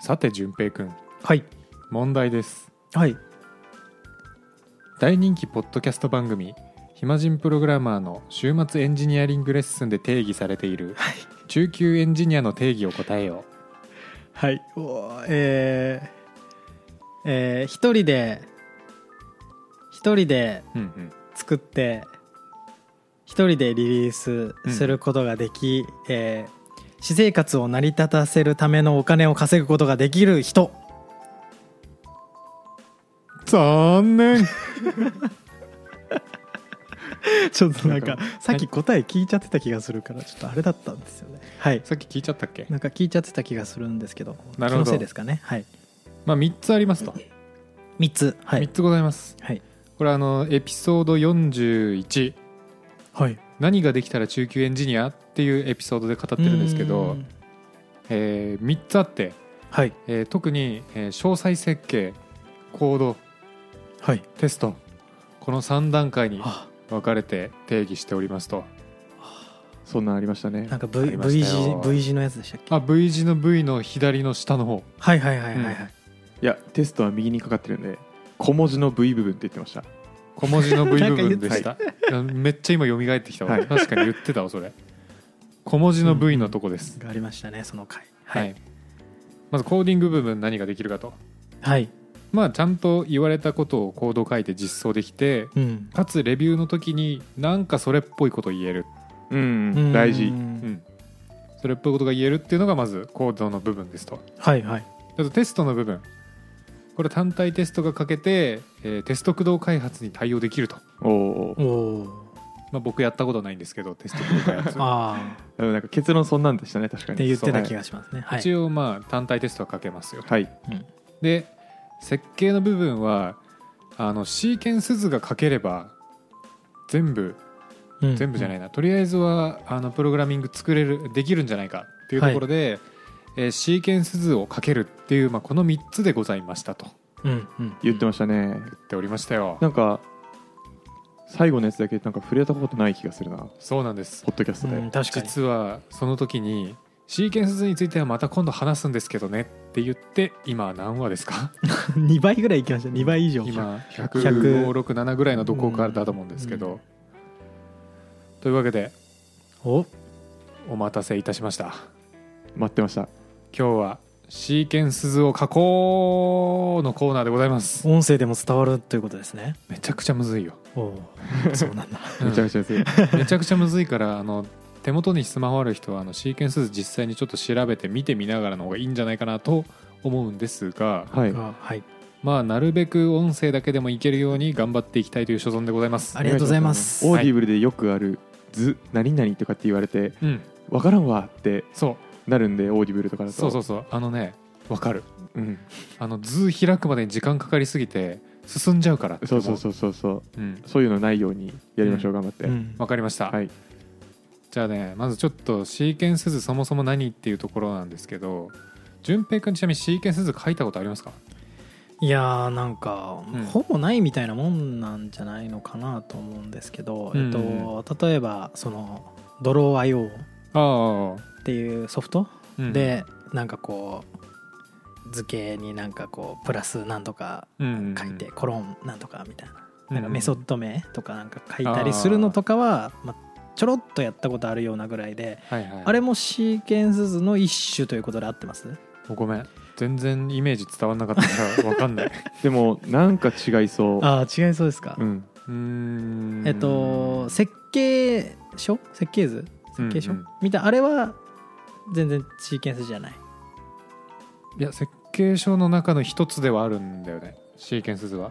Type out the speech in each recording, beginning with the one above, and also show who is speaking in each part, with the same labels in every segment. Speaker 1: さて淳平くん
Speaker 2: はい
Speaker 1: 問題です
Speaker 2: はい
Speaker 1: 大人気ポッドキャスト番組「暇人プログラマー」の週末エンジニアリングレッスンで定義されている
Speaker 2: はい
Speaker 1: 中級エンジニアの定義を答えよ
Speaker 2: はいおーえーえー一人で一人で
Speaker 1: う、うんうん、
Speaker 2: 作って一人でリリースすることができ、えー私生活を成り立たせるためのお金を稼ぐことができる人
Speaker 1: 残念
Speaker 2: ちょっとな
Speaker 1: な
Speaker 2: ん
Speaker 1: ん
Speaker 2: か
Speaker 1: か
Speaker 2: さっき答え聞いちゃってた気がするからちょっとあれだったんですよねはい
Speaker 1: さっき聞いちゃったっけ、
Speaker 2: なんか聞いちゃってた気がするんですけど
Speaker 1: なるほ
Speaker 2: 気
Speaker 1: ど
Speaker 2: のせいですかねはい
Speaker 1: まあ、3つありますと、
Speaker 2: 3つは
Speaker 1: 3
Speaker 2: い
Speaker 1: つございます
Speaker 2: はい
Speaker 1: これあのエピソード41
Speaker 2: はい
Speaker 1: 何ができたら中級エンジニアっていうエピソードで語ってるんですけ
Speaker 2: う
Speaker 1: ど
Speaker 2: ん、
Speaker 1: えー、3つあって、
Speaker 2: はい
Speaker 1: えー特に、えー詳細設計コード
Speaker 2: はい
Speaker 1: テストこの3段階に
Speaker 2: あ
Speaker 1: 分かれて定義しておりますと
Speaker 3: そんなんありましたね
Speaker 2: なん
Speaker 1: あ
Speaker 2: か v,
Speaker 1: りまし
Speaker 2: v,
Speaker 1: た
Speaker 2: 字
Speaker 1: よ
Speaker 2: v 字のやつでしたっけ
Speaker 1: あ V 字の V の左の下の方
Speaker 2: はいはいはいはいはい、
Speaker 3: いやテストは右にかかってるんで小文字の V 部分って言ってました
Speaker 1: 小文字の V
Speaker 2: なん
Speaker 1: 部
Speaker 2: か言
Speaker 1: 分で
Speaker 2: って た
Speaker 1: しためっちゃ今蘇ってきたわ、
Speaker 3: はい
Speaker 1: 確かに言ってたわそれ小文字の V のとこです、
Speaker 2: がありましたねその回
Speaker 1: はい、まずコーディング部分何ができるかと
Speaker 2: はい
Speaker 1: まあちゃんと言われたことをコード書いて実装できて
Speaker 2: うん
Speaker 1: かつレビューの時になんかそれっぽいこと言える、
Speaker 3: うん、
Speaker 2: うん
Speaker 3: 大事
Speaker 1: うん、それっぽいことが言えるっていうのがまずコードの部分ですと
Speaker 2: はいはい
Speaker 1: あとテストの部分これ単体テストがかけて、えーテスト駆動開発に対応できると、
Speaker 3: お
Speaker 2: お
Speaker 3: お
Speaker 2: おー
Speaker 1: まあ、僕やったことないんですけどテスト駆動開 発
Speaker 2: ああ
Speaker 3: なんか結論そんなんでしたね確か
Speaker 2: っ
Speaker 3: に
Speaker 2: て言ってた
Speaker 3: そう
Speaker 2: 気がしますねはい
Speaker 1: 一応まあ単体テストはかけますよ
Speaker 3: はい、
Speaker 2: うん
Speaker 1: で設計の部分はあのシーケンス図がかければ全部
Speaker 2: うん
Speaker 1: 全部じゃないいな、とりあえずはあのプログラミング作れるできるんじゃないかっていうところで、えーシーケンス図をかけるっていう、まあ、この3つでございましたと
Speaker 2: うんうん
Speaker 3: 言ってましたね
Speaker 1: 言っておりましたよ
Speaker 3: なんか最後のやつだけなんか触れたことない気がするなポ
Speaker 1: そうなんです
Speaker 3: ッドキャストで、
Speaker 2: うん確かに
Speaker 1: 実はその時にシーケンス図についてはまた今度話すんですけどねって言って今は何話ですか
Speaker 2: 2倍ぐらいいきました2倍以上
Speaker 1: 今
Speaker 2: 100
Speaker 1: 10567ぐらいのどこかだと思うんですけど、
Speaker 2: うんう
Speaker 1: というわけで
Speaker 2: お
Speaker 1: お待たせいたしました
Speaker 3: 待ってました
Speaker 1: 今日はシーケンス図を書こうのコーナーでございます
Speaker 2: 音声でも伝わるということですね
Speaker 1: めちゃくちゃむずいよ、
Speaker 2: おおそうなんだ
Speaker 3: めちゃめちゃ安い、
Speaker 1: うんめちゃくちゃむずいからあの手元にスマホある人はあのシーケンス図実際にちょっと調べて見てみながらの方がいいんじゃないかなと思うんですが、
Speaker 3: はい
Speaker 2: あはい
Speaker 1: まあなるべく音声だけでもいけるように頑張っていきたいという所存でございます
Speaker 2: ありがとうございます
Speaker 3: オーディブルでよくある図何々とかって言われて
Speaker 1: うん
Speaker 3: わからんわって
Speaker 1: そ
Speaker 3: なるんでオーディブルとか
Speaker 1: う
Speaker 3: だと
Speaker 1: そうそうそうあのねわかる
Speaker 3: うん、
Speaker 1: あの図開くまでに時間かかりすぎて進んじゃうからって
Speaker 3: そ
Speaker 1: 思
Speaker 3: うそうそうそうそ
Speaker 1: う
Speaker 3: う
Speaker 1: ん
Speaker 3: そういうのないようにやりましょう頑張って、
Speaker 2: うん
Speaker 1: わかりました、
Speaker 3: はい
Speaker 1: じゃあねまずちょっとシーケンス図そもそも何っていうところなんですけど順平君ちなみにシーケンス図書いたことありますか
Speaker 2: いやーなんか、
Speaker 1: うん
Speaker 2: ほぼないみたいなもんなんじゃないのかなと思うんですけど、
Speaker 1: うん
Speaker 2: えっと、例えばそのドロー IO っ
Speaker 1: ああ、
Speaker 2: ていうソフト
Speaker 1: うん、
Speaker 2: で、なんかこう図形になんかこうプラスなんとか
Speaker 1: うん
Speaker 2: 書いて、コロンなんとかみたいな,、
Speaker 1: うん
Speaker 2: なんかメソッド名とかなんか書いたりするのとかはまあ、ちょろっとやったことあるようなぐらいで、
Speaker 1: はいはい、
Speaker 2: あれもシーケンス図の一種ということで合ってます
Speaker 1: ごめん全然イメージ伝わんなかったからわか んない
Speaker 3: でもなんか違いそう
Speaker 2: ああ違いそうですか
Speaker 3: うん、
Speaker 1: うーん
Speaker 2: えっと設計書設計図設計書、
Speaker 1: うんうん
Speaker 2: みたいなあれは全然シーケンスじゃない
Speaker 1: いや設計書の中の一つではあるんだよねシーケンス図は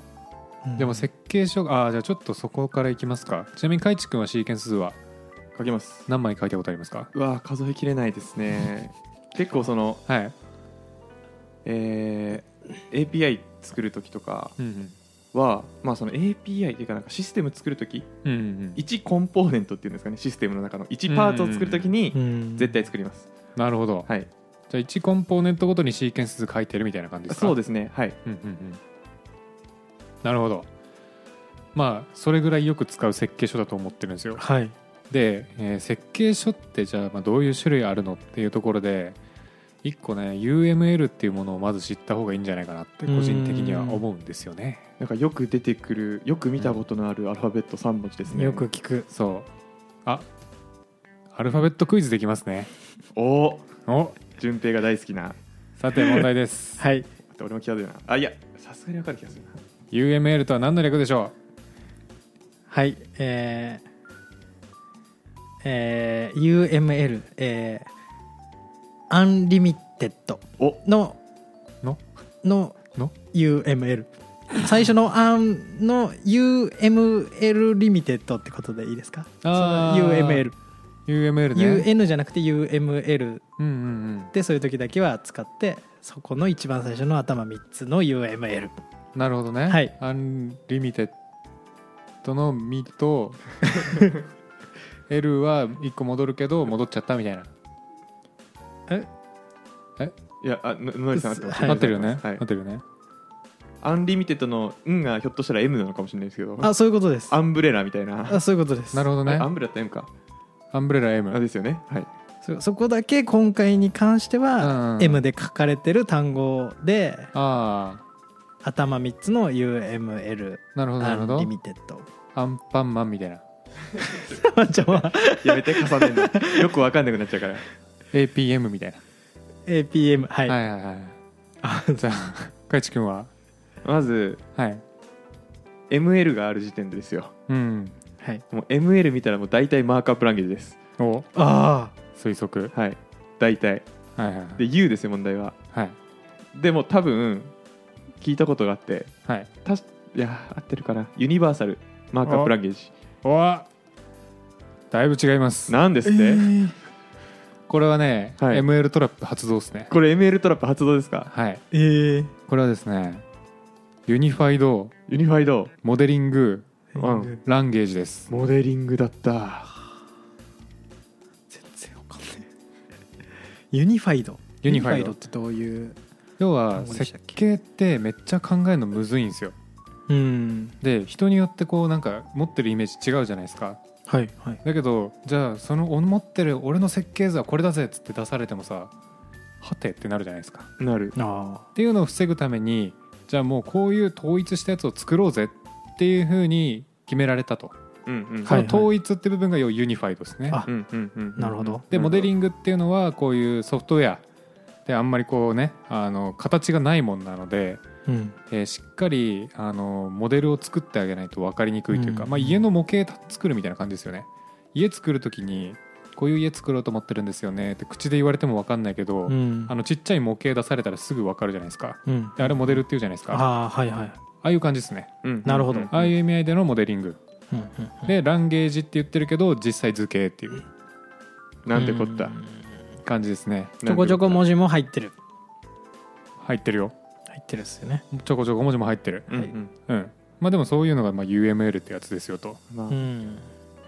Speaker 1: でも設計書ああじゃあちょっとそこからいきますかちなみにかいちくんはシーケンス図は
Speaker 3: 書けます
Speaker 1: 何枚書いたことありますか
Speaker 3: うわ数えきれないですね結構その、
Speaker 1: はい、
Speaker 3: えー API 作る時とか
Speaker 1: うん
Speaker 3: は、まあ、その API っていうかなんかシステム作る時
Speaker 1: うんうんうん、
Speaker 3: 1コンポーネントっていうんですかねシステムの中の1パーツを作る時に
Speaker 2: うん
Speaker 3: 絶対作ります、
Speaker 1: なるほど、
Speaker 3: はい
Speaker 1: じゃあ1コンポーネントごとにシーケンス図書いてるみたいな感じですか
Speaker 3: そうですねはい
Speaker 1: うんうんうんなるほどまあそれぐらいよく使う設計書だと思ってるんですよ
Speaker 2: はい
Speaker 1: で、えー設計書ってじゃあまあどういう種類あるのっていうところで一個ね UML っていうものをまず知った方がいいんじゃないかなって個人的には思うんですよね
Speaker 3: なんかよく出てくるよく見たことのあるアルファベット3文字ですね、
Speaker 2: よく聞く
Speaker 1: そうあアルファベットクイズできますね
Speaker 3: おお
Speaker 1: お
Speaker 3: 順平が大好きな
Speaker 1: さて問題で す
Speaker 2: はい
Speaker 3: 待って俺も気がするなあいやさすがにわかる気がするな
Speaker 1: UML とは何の略でしょ
Speaker 2: はいえーえー UML、えー、アンリミテッド
Speaker 3: お
Speaker 2: の
Speaker 1: うの
Speaker 2: の
Speaker 1: の
Speaker 2: UML 最初の「アン」の UML リミテッドってことでいいですか
Speaker 1: あー
Speaker 2: その UML、
Speaker 1: UML ね
Speaker 2: UN じゃなくて UML
Speaker 1: うんうん
Speaker 2: でそういう時だけは使ってそこの一番最初の頭3つの UML
Speaker 1: うんなるほどね
Speaker 2: はい
Speaker 1: アンリミテッドの「ミ」と「L」は1個戻るけど戻っちゃったみたいな
Speaker 2: え
Speaker 3: いやあののりさん合ってます
Speaker 2: はい
Speaker 1: 合ってるよね
Speaker 3: はい
Speaker 1: 合ってるよね
Speaker 3: アンリミテッドの「ん」がひょっとしたら M なのかもしれないですけど
Speaker 2: あそういうことです
Speaker 3: アンブレラみたいな
Speaker 2: あそういうことです
Speaker 1: なるほどね
Speaker 3: あアンブレラって M か
Speaker 1: アンブレラ
Speaker 3: あ
Speaker 1: M
Speaker 3: ですよねはい
Speaker 2: そそこだけ今回に関して
Speaker 1: う
Speaker 2: は
Speaker 1: ん
Speaker 2: M で書かれてる単語で
Speaker 1: あ
Speaker 2: 頭3つの UML
Speaker 1: あなるほどな
Speaker 2: ア
Speaker 1: るほ
Speaker 2: ンリ
Speaker 1: ど
Speaker 2: ミテッド
Speaker 1: アンパンマンみたいな
Speaker 2: じゃあ
Speaker 3: やめて重ねるのよくわかんなくなっちゃうから
Speaker 1: APM みたい
Speaker 2: APM はい、
Speaker 1: なはいはいはいあじゃあかいちくんは
Speaker 3: まず
Speaker 1: はい
Speaker 3: ML がある時点でですよ
Speaker 1: うん
Speaker 2: はい、
Speaker 3: もう ML 見たらもう大体マークアップランゲージです
Speaker 1: お
Speaker 2: あ
Speaker 1: 推測
Speaker 3: はい大体
Speaker 1: はいはいはい
Speaker 3: で U ですよ問題は
Speaker 1: はい
Speaker 3: でも多分聞いたことがあって
Speaker 1: はい
Speaker 3: たしいやー合ってるかなユニバーサルマークアップランゲージ
Speaker 1: おわだいぶ違います
Speaker 3: なんです
Speaker 2: あ、
Speaker 3: って、
Speaker 1: これはね、
Speaker 3: はい
Speaker 1: ML トラップ発動ですね
Speaker 3: これ ML トラップ発動ですか
Speaker 1: はい
Speaker 2: えー
Speaker 1: これはですねユニファイド
Speaker 3: ユニファイド
Speaker 1: モデリング
Speaker 3: うん
Speaker 1: ランゲージです
Speaker 3: モデリングだった
Speaker 2: 全然わかんないユニファイド
Speaker 1: ユニファイド
Speaker 2: ってどういう
Speaker 1: 要は
Speaker 2: どうで
Speaker 1: 設
Speaker 2: したっけ
Speaker 1: 計ってめっちゃ考えるのむずいんですよ
Speaker 2: うん
Speaker 1: で人によってこうなんか持ってるイメージ違うじゃないですか
Speaker 2: はいはい
Speaker 1: だけどじゃあその思ってる俺の設計図はこれだぜっつって出されてもさはてってなるじゃないですか
Speaker 3: なる
Speaker 2: あ
Speaker 1: っていうのを防ぐためにじゃあもうこういう統一したやつを作ろうぜっていうふうに決められたと、
Speaker 3: うんうん
Speaker 2: はい
Speaker 1: その統一って部分が要はユニファイドですね
Speaker 2: あ
Speaker 3: うんうんうんうん
Speaker 2: なるほど
Speaker 1: でモデリ
Speaker 3: ン
Speaker 1: ングっていうのはこういうソフトウェアであんまりこうねあの形がないもんなので、
Speaker 2: ーうん
Speaker 1: えーしっかりあのモデルを作ってあげないと分かりにくいというか、
Speaker 2: うん
Speaker 1: まあ、家の模型作るみたいな感じですよね家作る時にこういう家作ろうと思ってるんですよねって口で言われても分かんないけど、
Speaker 2: うん
Speaker 1: あのちっちゃい模型出されたらすぐ分かるじゃないですか
Speaker 2: うん
Speaker 1: であれモデルっていうじゃないですかあ
Speaker 2: ああはいはい
Speaker 1: あいう感じですね
Speaker 3: グ、うんうんうん
Speaker 2: なるほど
Speaker 1: ああいう意味合いでのモデリング
Speaker 2: うんうんうん
Speaker 1: でランゲージって言ってるけど実際図形っていう
Speaker 3: なんてこった
Speaker 2: うん
Speaker 1: 感じですね
Speaker 2: ちょこちょこ
Speaker 3: も
Speaker 2: 文字も入ってる
Speaker 1: 入ってるよ
Speaker 2: 入ってるっすよね
Speaker 1: ちょこちょこ文字も入ってる
Speaker 3: うんう
Speaker 1: う
Speaker 3: ん
Speaker 1: んまあでもそういうのがまあ UML ってやつですよと
Speaker 3: まあ
Speaker 2: うん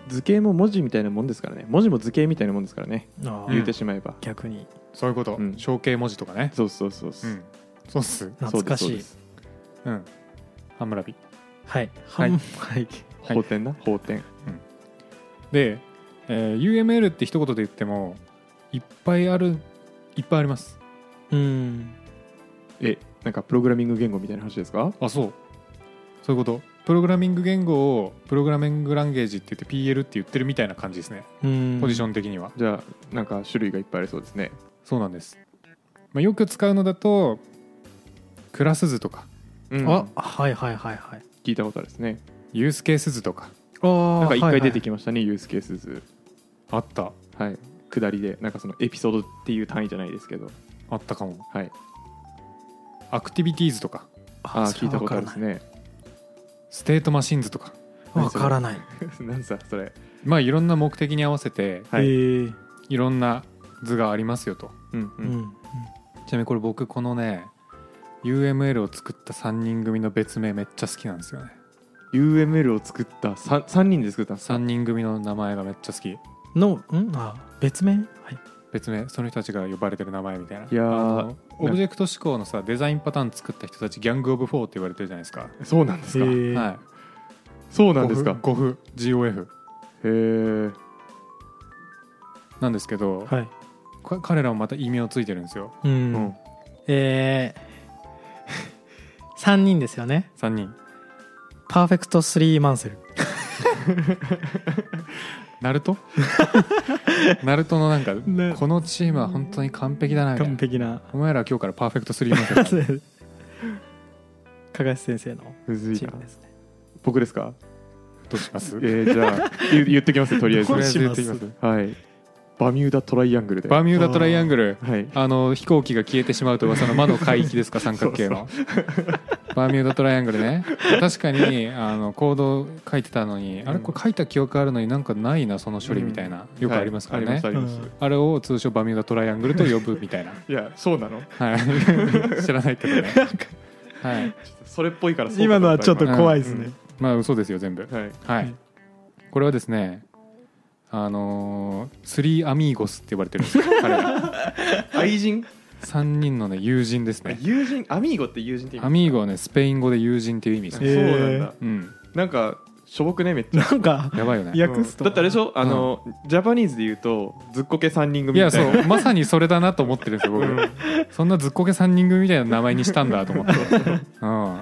Speaker 3: 図形も文字みたいなもんですからね文字も図形みたいなもんですからね
Speaker 2: あ
Speaker 3: 言う
Speaker 2: ー
Speaker 3: てしまえば
Speaker 2: 逆に
Speaker 1: そういうこと、
Speaker 3: うん
Speaker 1: 象形文字とかね
Speaker 3: そうそうそう
Speaker 1: う
Speaker 3: そうん
Speaker 1: そうっす
Speaker 2: 懐かしい
Speaker 1: うんハムラビ
Speaker 2: はい
Speaker 1: はい
Speaker 2: はん
Speaker 1: は
Speaker 2: はい
Speaker 1: い
Speaker 3: 法典な法典
Speaker 1: で、えー UML って一言で言ってもいっぱいあるいっぱいあります
Speaker 2: うん
Speaker 3: えなんかプログラミング言語みたいな話ですか
Speaker 1: あそうそういうことプログラミング言語をプログラミングランゲージって言って PL って言ってるみたいな感じですね
Speaker 2: うん
Speaker 1: ポジション的には、
Speaker 3: じゃあなんか種類がいっぱいありそうですね
Speaker 1: そうなんです、まあ、よく使うのだとクラス図とか
Speaker 3: うん
Speaker 2: あはいはいはいはい
Speaker 3: 聞いたことあるですね
Speaker 1: ユースケース図とか
Speaker 2: ああ
Speaker 3: なんか一回出て
Speaker 2: き
Speaker 3: きましたねユースケース図
Speaker 1: あった
Speaker 3: はい下りでなんかそのエピソードっていう単位じゃないですけど
Speaker 1: あったかも
Speaker 3: はい
Speaker 1: アクティビティーズとか
Speaker 3: ああ聞いたことあるですね
Speaker 1: ステートマシンズとか
Speaker 2: わからない
Speaker 3: なんさそれ
Speaker 1: まあいろんな目的に合わせて
Speaker 3: はい
Speaker 2: へえ
Speaker 1: いろんな図がありますよと
Speaker 3: うんう
Speaker 2: うん
Speaker 3: ん
Speaker 1: ちなみにこれ僕このね UML を作った3人組の別名めっちゃ好きなんですよね
Speaker 3: UML を作ったさん3人で作ったんですか
Speaker 1: 3人組の名前がめっちゃ好き
Speaker 2: のんあ別名はい
Speaker 1: 別名その人たちが呼ばれてる名前みたいない
Speaker 3: やー
Speaker 1: あのオブジェクト思考のさデザインパターン作った人たちギャング・オブ・フォーって言われてるじゃないですか、
Speaker 3: そうなんですか
Speaker 2: へえ
Speaker 1: はい
Speaker 3: そうなんですか
Speaker 1: ゴフ GOF
Speaker 3: へえ
Speaker 1: なんですけど、
Speaker 2: はい
Speaker 1: か彼らもまた異名ついてるんですよ
Speaker 2: うん、
Speaker 3: うん
Speaker 2: えー、3人 ですよね
Speaker 1: 3人
Speaker 2: パーフェクト3マンセル
Speaker 1: ナル トナルトのなんか、
Speaker 2: ね
Speaker 1: このチームは本当に完璧だなみたい
Speaker 2: 完
Speaker 1: な
Speaker 2: 璧な
Speaker 1: お前らは今日からパーフェクト3マンセルだ
Speaker 2: 加賀先生の
Speaker 3: むずい
Speaker 2: チー
Speaker 3: な
Speaker 2: ムですね
Speaker 3: 僕ですか
Speaker 1: どうし ます
Speaker 3: えー、じゃあ言言っときますよとりあえず
Speaker 2: どうしま
Speaker 1: と
Speaker 2: す
Speaker 1: りあえず言ってきま
Speaker 3: はいバミューダトライアングルで
Speaker 1: バ
Speaker 3: は
Speaker 1: ミューダトライアングル
Speaker 3: い
Speaker 1: あの飛行機が消えてしまうと噂の魔の海域ですか三角形 のバミューダトライアングルね確かにあのコード書いてたのに、あれこれ書いた記憶あるのになんかないなその処理みたいな、よくありますからね、
Speaker 3: はいありますあります
Speaker 2: う
Speaker 1: あれを通称バミューダトライアングルと呼ぶみたいな
Speaker 3: いやそうなのちょ
Speaker 1: はい、知らないけどねはい
Speaker 3: っとそれっぽいからそうか
Speaker 2: 今のはちょっと
Speaker 1: こ
Speaker 2: 怖いですね、
Speaker 1: まあ嘘ですよ全部
Speaker 3: はい
Speaker 1: はいこれはですねあのースリーアミーゴスって呼ばれてるん ですよ彼ら
Speaker 3: 愛人
Speaker 1: 3人のね友人ですね
Speaker 3: 友人アミーゴって友人って意味
Speaker 1: アミーゴはねスペイン語で友人っていう意味です
Speaker 3: そ
Speaker 1: ね、
Speaker 2: え
Speaker 3: うなんだ
Speaker 1: うん
Speaker 3: なんかしょぼくねめっちゃ
Speaker 2: なんか
Speaker 1: やばいよね
Speaker 2: 訳すと
Speaker 3: だってあれでしょあのジャパニーズで言うとずっこけ3人
Speaker 1: い
Speaker 3: 組
Speaker 1: や
Speaker 3: みた
Speaker 1: そ
Speaker 3: いな
Speaker 1: うまさにそれだなと思ってるんですよ僕、
Speaker 3: うん
Speaker 1: そんなずっこけ3人組みたいな名前にしたんだと思 って、うん、っ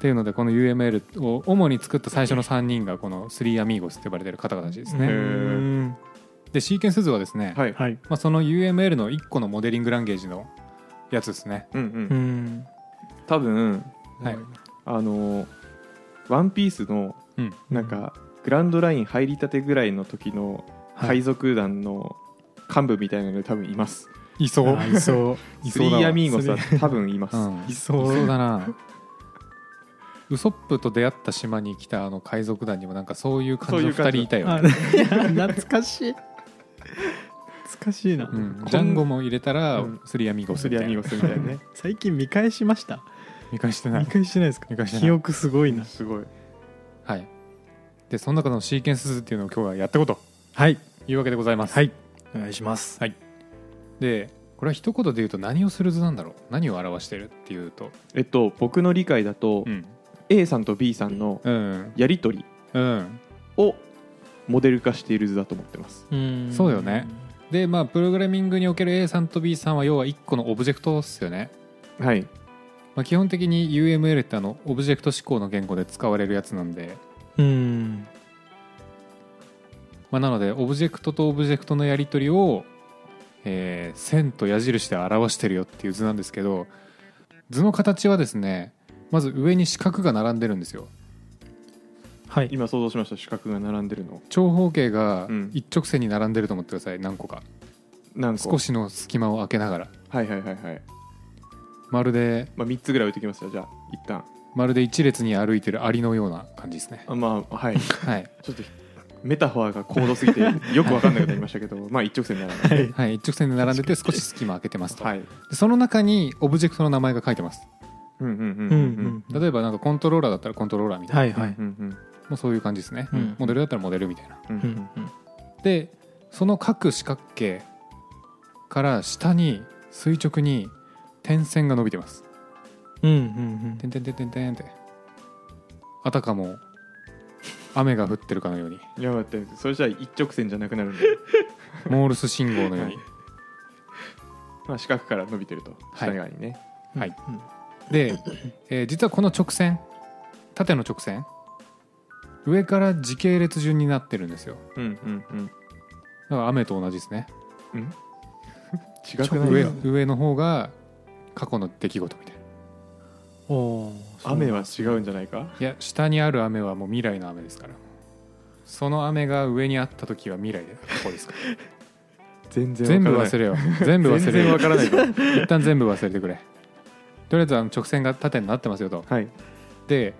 Speaker 1: ていうのでこの UML を主に作った最初の3人がこの3アミーゴスって呼ばれてる方々です
Speaker 2: う
Speaker 1: ね、
Speaker 2: ん
Speaker 1: でシーケンス図はですね、
Speaker 3: はい
Speaker 2: はい
Speaker 1: まあ、その UML の1個のモデリングランゲージのやつですね
Speaker 3: うんう
Speaker 2: うんん
Speaker 3: 多分
Speaker 1: はい
Speaker 3: あのワンピースの
Speaker 1: うん
Speaker 3: なんかグランドライン入りたてぐらいの時の海賊団の幹部みたいなので多分います
Speaker 1: いそう
Speaker 2: あいそ う
Speaker 1: い
Speaker 3: ス
Speaker 1: そう
Speaker 3: リ
Speaker 1: だ
Speaker 3: ー
Speaker 1: わ
Speaker 3: アミーゴさん多分います
Speaker 1: うん
Speaker 2: いそう
Speaker 1: いそうだなウソップと出会った島に来たあの海賊団にもなんかそういう感じの2人いたよね
Speaker 2: あいや懐かしい懐かしいな、
Speaker 1: うんジャンゴも入れたら
Speaker 3: うん
Speaker 1: スリアミーゴス
Speaker 3: ス
Speaker 1: み
Speaker 3: リ
Speaker 1: た
Speaker 3: ーア
Speaker 1: い
Speaker 3: ミー
Speaker 1: な
Speaker 3: ゴスみたいなね
Speaker 2: 最近見返しました
Speaker 1: 見返してな
Speaker 2: 見
Speaker 1: い
Speaker 2: 返してないですか
Speaker 1: 見返してない
Speaker 2: 記憶すごいな
Speaker 3: すごい
Speaker 1: はいでその中のシーケンス図っていうのを今日はやっていこうと
Speaker 2: はい
Speaker 1: いうわけでございます、
Speaker 2: はいお願いします
Speaker 1: でこれは一言で言うと何をする図なんだろう何を表してるっていうと
Speaker 3: えっと僕の理解だと、
Speaker 1: うん
Speaker 3: A さんと B さんの
Speaker 1: うん
Speaker 3: やり取り
Speaker 1: うん
Speaker 3: をモデル化している図だと思ってます
Speaker 2: うん
Speaker 1: そうよねでまあプログラミングにおける A さんと B さんは要は1個のオブジェクトですよね、
Speaker 3: はい
Speaker 1: まあ、基本的に UML ってあのオブジェクト指向の言語で使われるやつなんで、
Speaker 2: うん
Speaker 1: まあ、なのでオブジェクトとオブジェクトのやり取りを、えー線と矢印で表してるよっていう図なんですけど図の形はですねまず上に四角が並んでるんですよ
Speaker 2: はい
Speaker 3: 今想像しました四角が並んでるの
Speaker 1: 長方形が
Speaker 3: うん
Speaker 1: 一直線に並んでると思ってください何個か
Speaker 3: 何個
Speaker 1: 少しの隙間を空けながら
Speaker 3: はいはいはいはい、
Speaker 1: まるで
Speaker 3: まあ、3つぐらい置いてきますよじゃあ一旦
Speaker 1: まるで一列に歩いてるアリのような感じですね
Speaker 3: あまあはい
Speaker 1: はい、
Speaker 3: ちょっとメタファーが高度すぎてよく分かんなくなりましたけどまあ一直線に並んで
Speaker 1: はい、一直線に並んでて少し隙間空けてますと、
Speaker 3: はい
Speaker 1: でその中にオブジェクトの名前が書いてます
Speaker 3: うんうんうん
Speaker 2: う
Speaker 3: うんん
Speaker 2: う
Speaker 3: うん
Speaker 2: ん
Speaker 1: 例えばなんかコントローラーだったらコントローラーみたいな、
Speaker 2: はいはい
Speaker 3: うんうん
Speaker 1: もうそういう感じですね、
Speaker 2: うん
Speaker 1: モデルだったらモデルみたいな
Speaker 3: うん
Speaker 2: う
Speaker 3: うんん
Speaker 2: うん
Speaker 1: でその各四角形から下に垂直に点線が伸びてます
Speaker 2: うんうん
Speaker 1: 点点点点点ってあたかも雨が降ってるかのように
Speaker 3: いや待ってそれじゃあ一直線じゃなくなるんで、
Speaker 1: モールス信号のように、
Speaker 3: まあ、四角から伸びてると
Speaker 1: はい
Speaker 3: 下側にね、
Speaker 2: うん
Speaker 1: はいで、えー実はこの直線縦の直線上から時系列順になってるんですよ
Speaker 3: うんうんうん
Speaker 1: だから雨と同じですね
Speaker 3: うん違くない
Speaker 1: 上上の方が過去の出来事みたいな
Speaker 2: おーそう
Speaker 3: 雨は違うんじゃないか
Speaker 1: いや下にある雨はもう未来の雨ですからその雨が上にあった時は未来でここですから
Speaker 3: 全然
Speaker 1: 全部
Speaker 3: わ
Speaker 1: 忘
Speaker 3: からない
Speaker 1: れよう全部忘
Speaker 3: 全
Speaker 1: れ
Speaker 3: 然
Speaker 1: よ
Speaker 3: わからないぞ
Speaker 1: う一旦全部忘れてくれとりあえずあの直線が縦になってますよと
Speaker 3: はい
Speaker 1: で、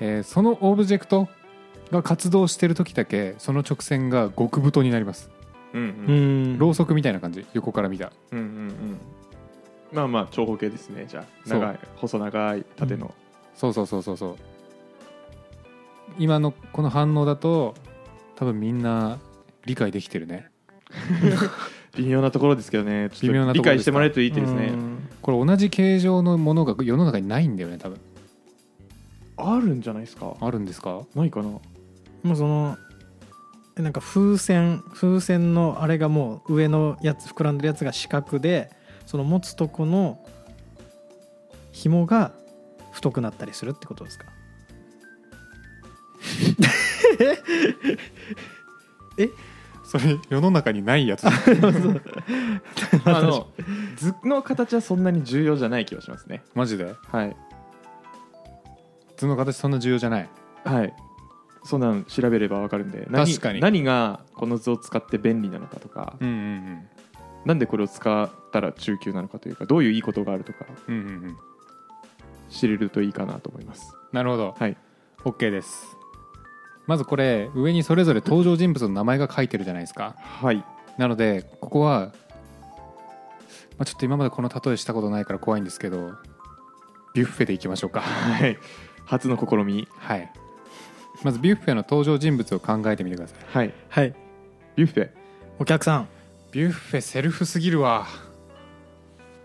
Speaker 1: えーそのオブジェクトが活動してる時だけその直線が極太になります
Speaker 3: うん
Speaker 2: う
Speaker 3: うん
Speaker 2: ん
Speaker 1: ろうそくみたいな感じ横から見た
Speaker 3: うんうんうんまあまあ長方形ですねじゃあ
Speaker 1: そう
Speaker 3: 長い細長い縦の、
Speaker 1: そうそうそうそうそう今のこの反応だと多分みんな理解できてるね
Speaker 3: 微妙なところですけどねち
Speaker 1: 微妙
Speaker 3: ょ
Speaker 1: な
Speaker 3: っと
Speaker 1: と
Speaker 3: 理
Speaker 1: ころですか
Speaker 3: 解してもらえるといいですね
Speaker 2: うん
Speaker 1: これ同じ形状のものが世の中にないんだよね多分
Speaker 3: あるんじゃないですか
Speaker 1: あるんですか
Speaker 3: ないかな
Speaker 2: もうそのなんか風船風船のあれがもう上のやつ膨らんでるやつが四角でその持つとこの紐が太くなったりするってことですか
Speaker 1: それ世の中にないやつ
Speaker 3: あの 図の形はそんなに重要じゃない気がしますね
Speaker 1: マジで
Speaker 3: はい
Speaker 1: 図の形そんな重要じゃない
Speaker 3: はいそんなの調べればわかるんで何
Speaker 1: 確かに
Speaker 3: 何がこの図を使って便利なのかとか、
Speaker 1: うんうん
Speaker 3: なんでこれを使ったら中級なのかというかどういういいことがあるとか
Speaker 1: うんうんうんうん
Speaker 3: 知れるといいかなと思います
Speaker 1: なるほど
Speaker 3: はい
Speaker 1: OK ですまずこれ上にそれぞれ登場人物の名前が書いてるじゃないですか
Speaker 3: はい
Speaker 1: なのでここは、まあ、ちょっと今までこの例えしたことないから怖いんですけどビュッフェでいきましょうか
Speaker 3: はい初の試み
Speaker 1: はいまずビュッフェの登場人物を考えてみてください
Speaker 3: はい
Speaker 2: はい
Speaker 3: ビュッフェ
Speaker 2: お客さん
Speaker 1: ビュッフェセルフすぎるわ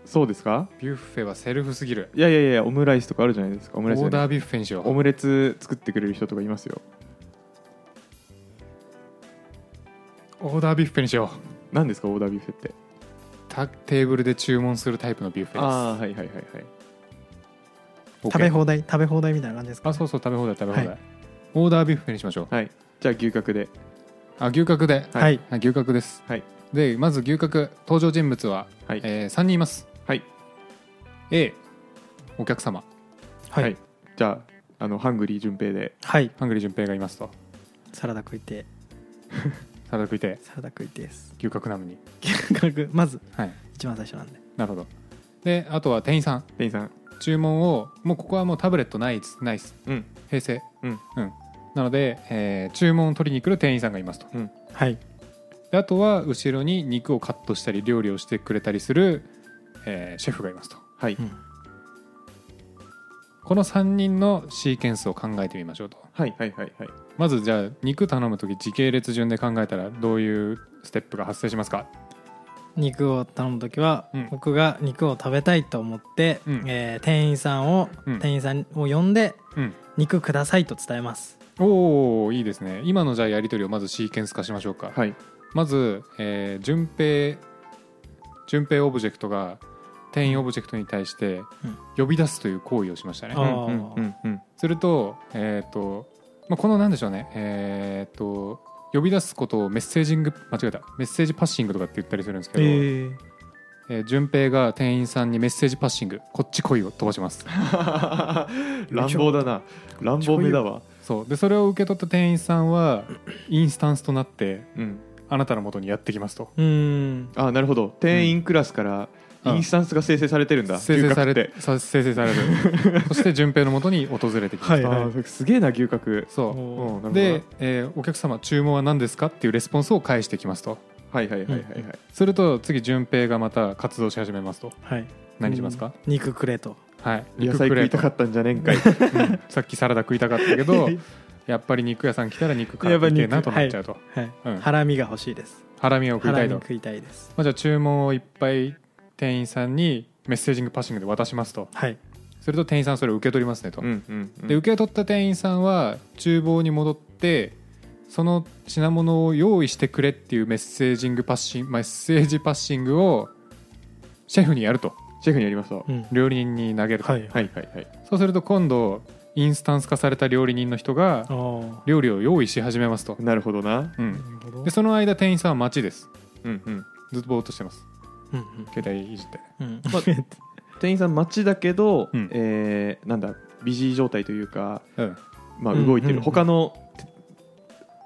Speaker 3: そうですか
Speaker 1: ビュッフェはセルフすぎる
Speaker 3: いやいやいやオムライスとかあるじゃないですかオ
Speaker 1: オ
Speaker 3: ムライスじ
Speaker 1: ー
Speaker 3: ゃない
Speaker 1: ダービュッフェにしよ
Speaker 3: オ
Speaker 1: う
Speaker 3: ムレツ作ってくれる人とかいますよ
Speaker 1: オーダービュッフェにしよ
Speaker 3: 何ですかオーダービュッフェって
Speaker 1: うたテーブルで注文するタイプのビュッフェ
Speaker 3: ああはいはいはいはい
Speaker 1: です
Speaker 2: 食べ
Speaker 1: OK
Speaker 2: 放題食べ放題みたいな感じですか
Speaker 1: あそうそう食べ放題食べ放題、
Speaker 2: は
Speaker 1: オーダービュッフェにしましょう
Speaker 3: はいじゃあ牛角で
Speaker 1: あ牛角で
Speaker 2: はい、
Speaker 3: はい
Speaker 1: はい牛角です、
Speaker 3: はい
Speaker 1: でまず牛角登場人物は、
Speaker 3: はい
Speaker 1: えー、3人います
Speaker 3: はい
Speaker 1: A お客様
Speaker 2: はい
Speaker 3: はいじゃああのハングリー順平で
Speaker 2: はい
Speaker 1: ハングリー順平がいますと
Speaker 2: サラダ食いて
Speaker 1: サラダ食いて
Speaker 2: サラダ食いてです
Speaker 1: 牛角なのに
Speaker 2: 軽くまず
Speaker 1: はい
Speaker 2: 一番最初なんで
Speaker 1: なるほどであとは店員さん
Speaker 3: 店員さん
Speaker 1: 注文をもうここはもうタブレットないですないです
Speaker 3: うん
Speaker 1: 平成
Speaker 3: うん
Speaker 1: なので、えー注文を取りに来る店員さんがいますと
Speaker 2: はい
Speaker 1: であとは後ろに肉をカットしたり料理をしてくれたりする、えーシェフがいますと
Speaker 3: はい、
Speaker 2: うん
Speaker 1: この3人のシーケンスを考えてみましょうと
Speaker 3: はいはいはいはい
Speaker 1: まずじゃあ肉頼む時時系列順で考えたらどういうステップが発生しますか
Speaker 2: 肉を頼む時は、
Speaker 1: うん
Speaker 2: 僕が肉を食べたいと思って、
Speaker 1: うん
Speaker 2: えー店員さんを、
Speaker 1: うん
Speaker 2: 店員さんを呼んで
Speaker 1: うん
Speaker 2: 「肉ください」と伝えます
Speaker 1: おおいいですね今のじゃあやり取りをまずシーケンス化しましょうか、
Speaker 3: はい
Speaker 1: まず、えー、順平順平オブジェクトが店員オブジェクトに対して
Speaker 2: うん
Speaker 1: 呼び出すという行為をしましたね、
Speaker 2: あ
Speaker 3: う
Speaker 2: ー
Speaker 3: んうんうんうん
Speaker 1: すると,、えーとまあ、このなんでしょうね、えー、と呼び出すことをメッセージング間違えたメッセージパッシングとかって言ったりするんですけど、え
Speaker 2: え
Speaker 1: ー順平が店員さんにメッセージパッシングこっち来いを飛ばします
Speaker 3: 乱暴だな乱暴目だわ
Speaker 1: そうでそれを受け取った店員さんはインスタンスとなって
Speaker 3: うん
Speaker 1: あなたの元にやってきますと
Speaker 2: うーん
Speaker 3: あなるほど店員クラスから
Speaker 1: うん
Speaker 3: インスタンスが生成されてるんだ
Speaker 1: 生成され
Speaker 3: 牛角
Speaker 1: てさ生成され るそして順平の元に訪れてきます、
Speaker 2: はい
Speaker 3: あーすげえな牛角
Speaker 1: そ
Speaker 3: おーなるほ
Speaker 1: う
Speaker 3: どな
Speaker 1: で、えーお客様注文は何ですかっていうレスポンスを返してきますと
Speaker 3: はいはいはいはいはい
Speaker 1: すると次順平がまた活動し始めますと
Speaker 2: はい
Speaker 1: 何しますか、
Speaker 2: 肉くれと
Speaker 1: はい
Speaker 3: 野菜
Speaker 1: く
Speaker 3: 食
Speaker 1: れ
Speaker 3: いたかったんじゃねえんかい
Speaker 1: うんさっきサラダ食いたかったけ どやっぱり肉屋さん来たら肉買っていけえなとなっちゃうと、
Speaker 2: はい、
Speaker 1: うん
Speaker 2: ハラミが欲しいです
Speaker 1: ハラミを食
Speaker 2: ハ
Speaker 1: いたい
Speaker 2: ラミ
Speaker 1: と、ま
Speaker 2: 食いたいです
Speaker 1: あ、じゃあ注文をいっぱい店員さんにメッセージングパッシングで渡しますと
Speaker 2: はい
Speaker 1: すると店員さんそれを受け取りますねと、
Speaker 3: うんうんうん
Speaker 1: で受け取った店員さんは厨房に戻ってその品物を用意してくれっていうメッセージングパッシンメッセージパッシングをシェフにやると
Speaker 3: シェフにやりましたは
Speaker 2: うん
Speaker 1: 料理人に投げると、
Speaker 2: はい
Speaker 3: いはいはい
Speaker 1: そうすると今度インスタンス化された料理人の人が
Speaker 2: あー
Speaker 1: 料理を用意し始めますと、
Speaker 3: なるほどな
Speaker 1: う、
Speaker 2: なんるほど
Speaker 1: でその間店員さんは待ちです
Speaker 3: うんうん
Speaker 1: ずっとぼーっとしてます
Speaker 2: うんうん
Speaker 1: 携帯いじって
Speaker 2: うん
Speaker 3: 店員さん待ちだけど
Speaker 1: うん
Speaker 3: えーなんだビジー状態というか
Speaker 1: うん
Speaker 3: まあ
Speaker 2: うん
Speaker 3: 動いて
Speaker 2: うんう
Speaker 3: る
Speaker 2: ん
Speaker 3: 他の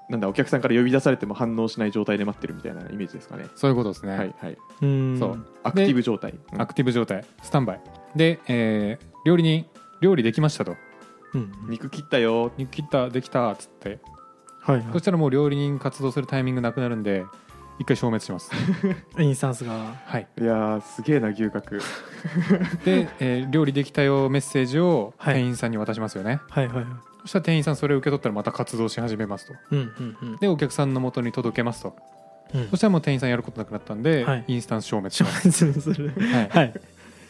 Speaker 3: なんだお客さんから呼び出されても反応しない状態で待ってるみたいなイメージですかね
Speaker 1: そういうことですね、
Speaker 3: はいはい
Speaker 2: うん
Speaker 1: そう
Speaker 3: アクティブ状態うん
Speaker 1: アクティブ状態スタンバイで、えー料理人料理できましたと
Speaker 2: うん
Speaker 3: 肉切ったよ
Speaker 1: 「切ったできた」っつって
Speaker 2: はい
Speaker 1: そしたらもう料理人活動するタイミングなくなるんで一回消滅します。
Speaker 2: インスタンスが
Speaker 1: はい、
Speaker 3: いやーすげえな牛角
Speaker 1: で、えー料理できたよメッセージを
Speaker 2: はい
Speaker 1: 店員さんに渡しますよね、
Speaker 2: はいはいは
Speaker 1: そしたら店員さんそれを受け取ったらまた活動し始めますと
Speaker 2: いうんうんうん
Speaker 1: でお客さんの元に届けますと
Speaker 2: うん
Speaker 1: そしたらもう店員さんやることなくなったんで、
Speaker 2: はい
Speaker 1: インスタンス消滅し
Speaker 2: 消
Speaker 1: ます、
Speaker 2: 滅する
Speaker 1: はい、
Speaker 2: はい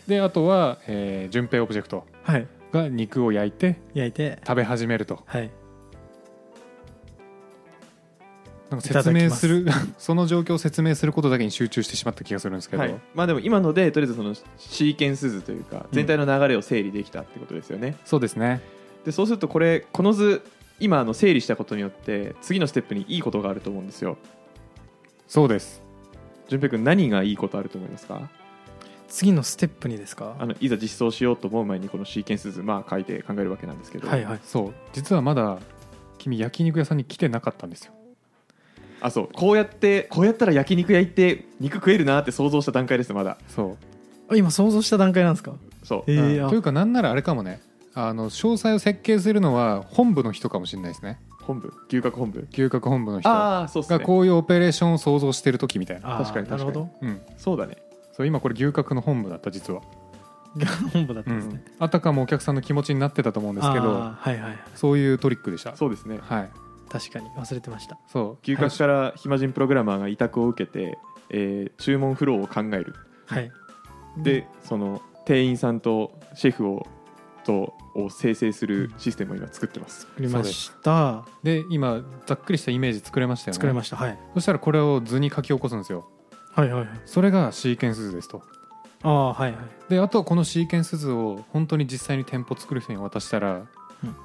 Speaker 1: であとは、えー、順平オブジェクト
Speaker 2: はい
Speaker 1: が肉を焼いて
Speaker 2: 焼いて
Speaker 1: 食べ始めると
Speaker 2: はい
Speaker 1: なんか説明する その状況を説明することだけに集中してしまった気がするんですけど、
Speaker 3: はい、まあでも今のでとりあえずそのシーケンス図というか全体の流れを整理できたってことですよね、
Speaker 1: そうですね
Speaker 3: でそうするとこれこの図今あの整理したことによって次のステップにいいことがあると思うんですよ
Speaker 1: そうです
Speaker 3: 淳平君何がいいことあると思いますか
Speaker 2: 次のステップにですか
Speaker 3: あのいざ実装しようと思う前にこのシーケンス図まあ書いて考えるわけなんですけど、
Speaker 2: はいはい
Speaker 1: そう実はまだ君焼肉屋さんに来てなかったんですよ
Speaker 3: あそうこうやってこうやったら焼肉屋行って肉食えるなって想像した段階ですまだ
Speaker 1: そう
Speaker 2: あ今想像した段階なんですか
Speaker 3: そう、
Speaker 2: え
Speaker 3: うん
Speaker 2: ーあ
Speaker 1: というかなんならあれかもねあの詳細を設計するのは本部の人かもしれないですね
Speaker 3: 本部牛角本部
Speaker 1: 牛角本部の人が
Speaker 3: ああそうっすね
Speaker 1: こういうオペレーションを想像してる時みたいな、
Speaker 2: あー
Speaker 3: 確かに確かに
Speaker 2: なるほど
Speaker 1: うん、
Speaker 3: そうだね
Speaker 1: そう今これ牛角の本部だった実は、
Speaker 2: 本部だった
Speaker 1: うんん
Speaker 2: ですね、
Speaker 1: あたかもお客さんの気持ちになってたと思うんですけど
Speaker 2: あーはいはい
Speaker 1: そういうトリックでした
Speaker 3: そうですね
Speaker 1: はい
Speaker 2: 確かに忘れてました
Speaker 1: そう
Speaker 3: 牛角から暇人プログラマーが委託を受けて、えー注文フローを考える
Speaker 2: はい
Speaker 3: でその店員さんとシェフをとを生成するシステムを今作ってます
Speaker 2: 作りました
Speaker 1: で今ざっくりしたイメージ作れましたよね
Speaker 2: 作れました、はい、
Speaker 1: そしたらこれを図に書き起こすんですよ
Speaker 2: はいはいはい
Speaker 1: それがシーケンス図ですと
Speaker 2: ああはいはい
Speaker 1: であとはこのシーケンス図を本当に実際に店舗作る人に渡したら、
Speaker 2: うん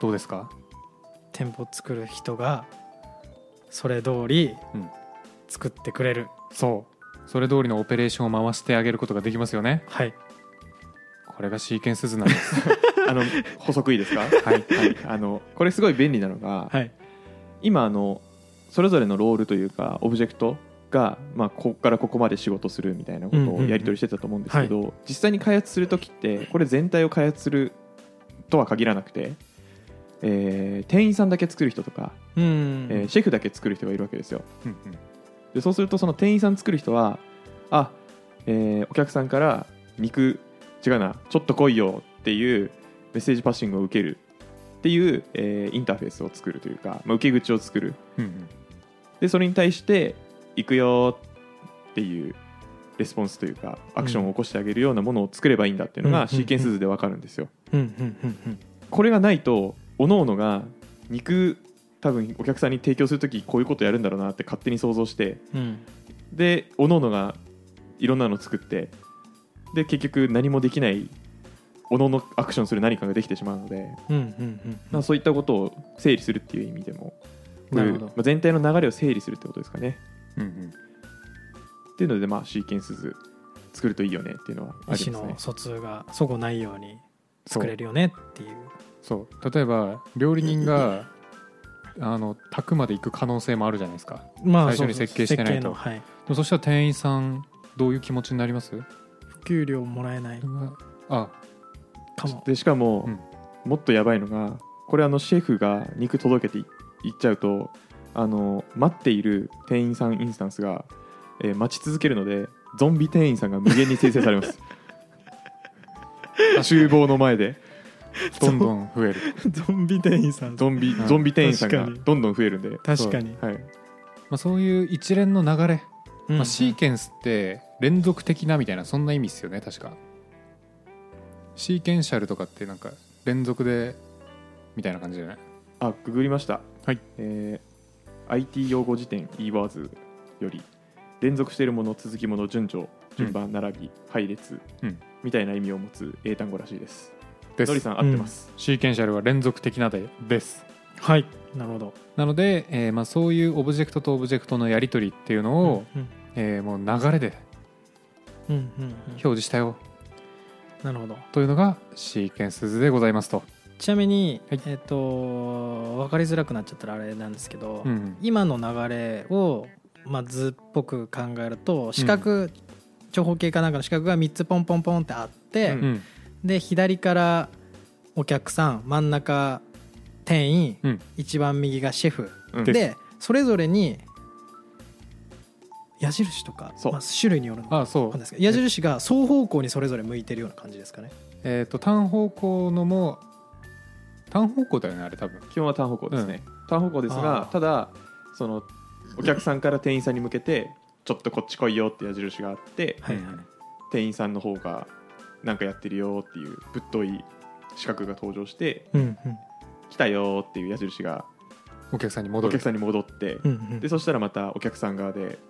Speaker 1: どうですか
Speaker 2: 店舗作る人がそれ通り
Speaker 1: うん
Speaker 2: 作ってくれる、
Speaker 1: そうそれ通りのオペレーションを回してあげることができますよね
Speaker 2: はい
Speaker 1: これがシーケンス図なんです
Speaker 3: あの補足いいですか
Speaker 1: はいはい
Speaker 3: あのこれすごい便利なのが、
Speaker 2: はい
Speaker 3: 今あのそれぞれのロールというかオブジェクトが、まあ、ここからここまで仕事するみたいなこ
Speaker 2: うん
Speaker 3: と
Speaker 2: うん
Speaker 3: を
Speaker 2: うん
Speaker 3: やり取りしてたと思うんですけど、実際に開発する時ってこれ全体を開発するとは限らなくて、えー店員さんだけ作る人とか、
Speaker 2: うん
Speaker 3: えーシェフだけ作る人がいるわけですよ
Speaker 1: うんうん
Speaker 3: でそうするとその店員さん作る人はあ、えーお客さんから肉違うなちょっと来いよっていうメッセージパッシングを受けるっていう、えーインターフェースを作るというか、まあ、受け口を作る
Speaker 1: うんうん
Speaker 3: でそれに対して行くよっていうレスポンスというかアクションを起こしてあげるようなものを作ればいいんだっていうの
Speaker 2: うん
Speaker 3: がシーケンス図でわかるんですよ
Speaker 2: うんうんうんうん
Speaker 3: これがないと各々が肉多分お客さんに提供する時こういうことやるんだろうなって勝手に想像して
Speaker 2: うん
Speaker 3: で各々がいろんなの作ってで結局何もできない各々アクションする何かができてしまうので、
Speaker 2: うんうんう
Speaker 3: まあ、
Speaker 2: ん
Speaker 3: そういったことを整理するっていう意味でもこう
Speaker 2: な
Speaker 3: いう
Speaker 2: るほど
Speaker 3: まあ、全体の流れを整理するってことですかね
Speaker 1: うんうん
Speaker 3: っていうので、まあ、シーケンス図作るといいよねっていうのはあ
Speaker 2: 意
Speaker 3: り
Speaker 2: 思
Speaker 3: ますね
Speaker 2: の。疎通がそこないように作れるよねっていう
Speaker 1: そう例えば料理人があの宅まで行く可能性もあるじゃないですか
Speaker 2: ま
Speaker 1: 最初に設計してないと
Speaker 2: 設計のはい
Speaker 1: でもそしたら店員さんどういう気持ちになります
Speaker 2: 給料もらえない
Speaker 1: あ
Speaker 2: かも
Speaker 3: でしかも、
Speaker 1: うん
Speaker 3: もっとやばいのがこれあのシェフが肉届けてい行っちゃうとあの待っている店員さんインスタンスが、えー待ち続けるのでゾンビ店員さんが無限に生成されます 厨房の前で
Speaker 1: どん どん増え る、
Speaker 2: ゾンビ店員さん
Speaker 3: ゾンビ
Speaker 1: うん
Speaker 3: ゾンビ店員さんが
Speaker 2: 確かに
Speaker 3: どんどん増えるんで
Speaker 2: 確かに
Speaker 3: そうはい、
Speaker 1: まあ、そういう一連の流れ、まあ、シー
Speaker 2: ケ
Speaker 1: ケンスって連続的なみたいなそんな意味ですよね確かシーケンシャルとかってなんか連続でみたいな感じじゃない
Speaker 3: あググりました、
Speaker 1: はい
Speaker 3: えー IT 用語辞典 e ワーズより連続しているもの続きもの順序順番並び、配列、
Speaker 1: うん
Speaker 3: みたいな意味を持つ英単語らしいです
Speaker 1: で
Speaker 3: のり
Speaker 1: す
Speaker 3: さん合ってます、
Speaker 1: シーケンシャルは連続的なでです
Speaker 2: はいなるほど
Speaker 1: なので、えーまあ、そういうオブジェクトとオブジェクトのやり取りっていうのを、
Speaker 2: うん
Speaker 1: えーもう流れで
Speaker 2: うんうんうん
Speaker 1: 表示したよ
Speaker 2: なるほど
Speaker 1: というのがシーケンス図でございますと、
Speaker 2: ちなみに
Speaker 1: はい
Speaker 2: えっと分かりづらくなっちゃったらあれなんですけど
Speaker 1: うん
Speaker 2: 今の流れをまあ図っぽく考えると四角長方形かなんかの四角が3つポンポンポンってあって
Speaker 3: うん
Speaker 1: うん
Speaker 2: で左からお客さん真ん中店員、
Speaker 1: うん
Speaker 2: 一番右がシェフ、
Speaker 3: うん
Speaker 2: で
Speaker 1: で
Speaker 2: それぞれに矢印とか、
Speaker 3: そう
Speaker 2: まあ、種類によるのか
Speaker 1: あそ
Speaker 2: わか
Speaker 1: う
Speaker 2: んないですけど矢印が双方向にそれぞれ向いてるような感じですかね
Speaker 1: えっ、と単方向のも単方向だよねあれ多分
Speaker 3: 基本は単方向ですね、単方向です
Speaker 2: あー
Speaker 3: がただそのお客さんから店員さんに向けてちょっとこっち来いよって矢印があって、
Speaker 2: はい
Speaker 1: うん
Speaker 3: 店員さんの方がなんかやってるよっていうぶっとい四角が登場して
Speaker 2: うん
Speaker 3: 来たよっていう矢印が
Speaker 1: お客さんに
Speaker 3: お
Speaker 1: 戻る
Speaker 3: 客さんに戻って、
Speaker 2: うんうん
Speaker 3: でそしたらまたお客さん側で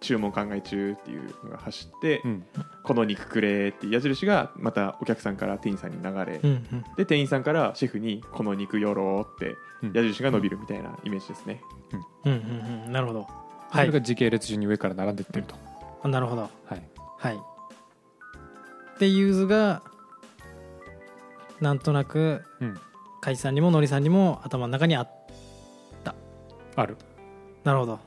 Speaker 3: 注文考え中っていうのが走って、
Speaker 1: うん
Speaker 3: この肉くれっていう矢印がまたお客さんから店員さんに流れ、
Speaker 2: うんうん
Speaker 3: で店員さんからシェフにこの肉よろーって
Speaker 1: うん
Speaker 3: 矢印が伸びるみたいなイメージですね、
Speaker 2: うんうんうんなるほど
Speaker 1: そ
Speaker 2: は
Speaker 1: れが
Speaker 2: い
Speaker 1: 時系列順に上から並んでいってると、
Speaker 2: あなるほど
Speaker 1: はい、
Speaker 2: はいでユーズがなんとなく
Speaker 1: うん、
Speaker 2: カイさんにもノリさんにも頭の中にあ
Speaker 1: ある
Speaker 2: なるほど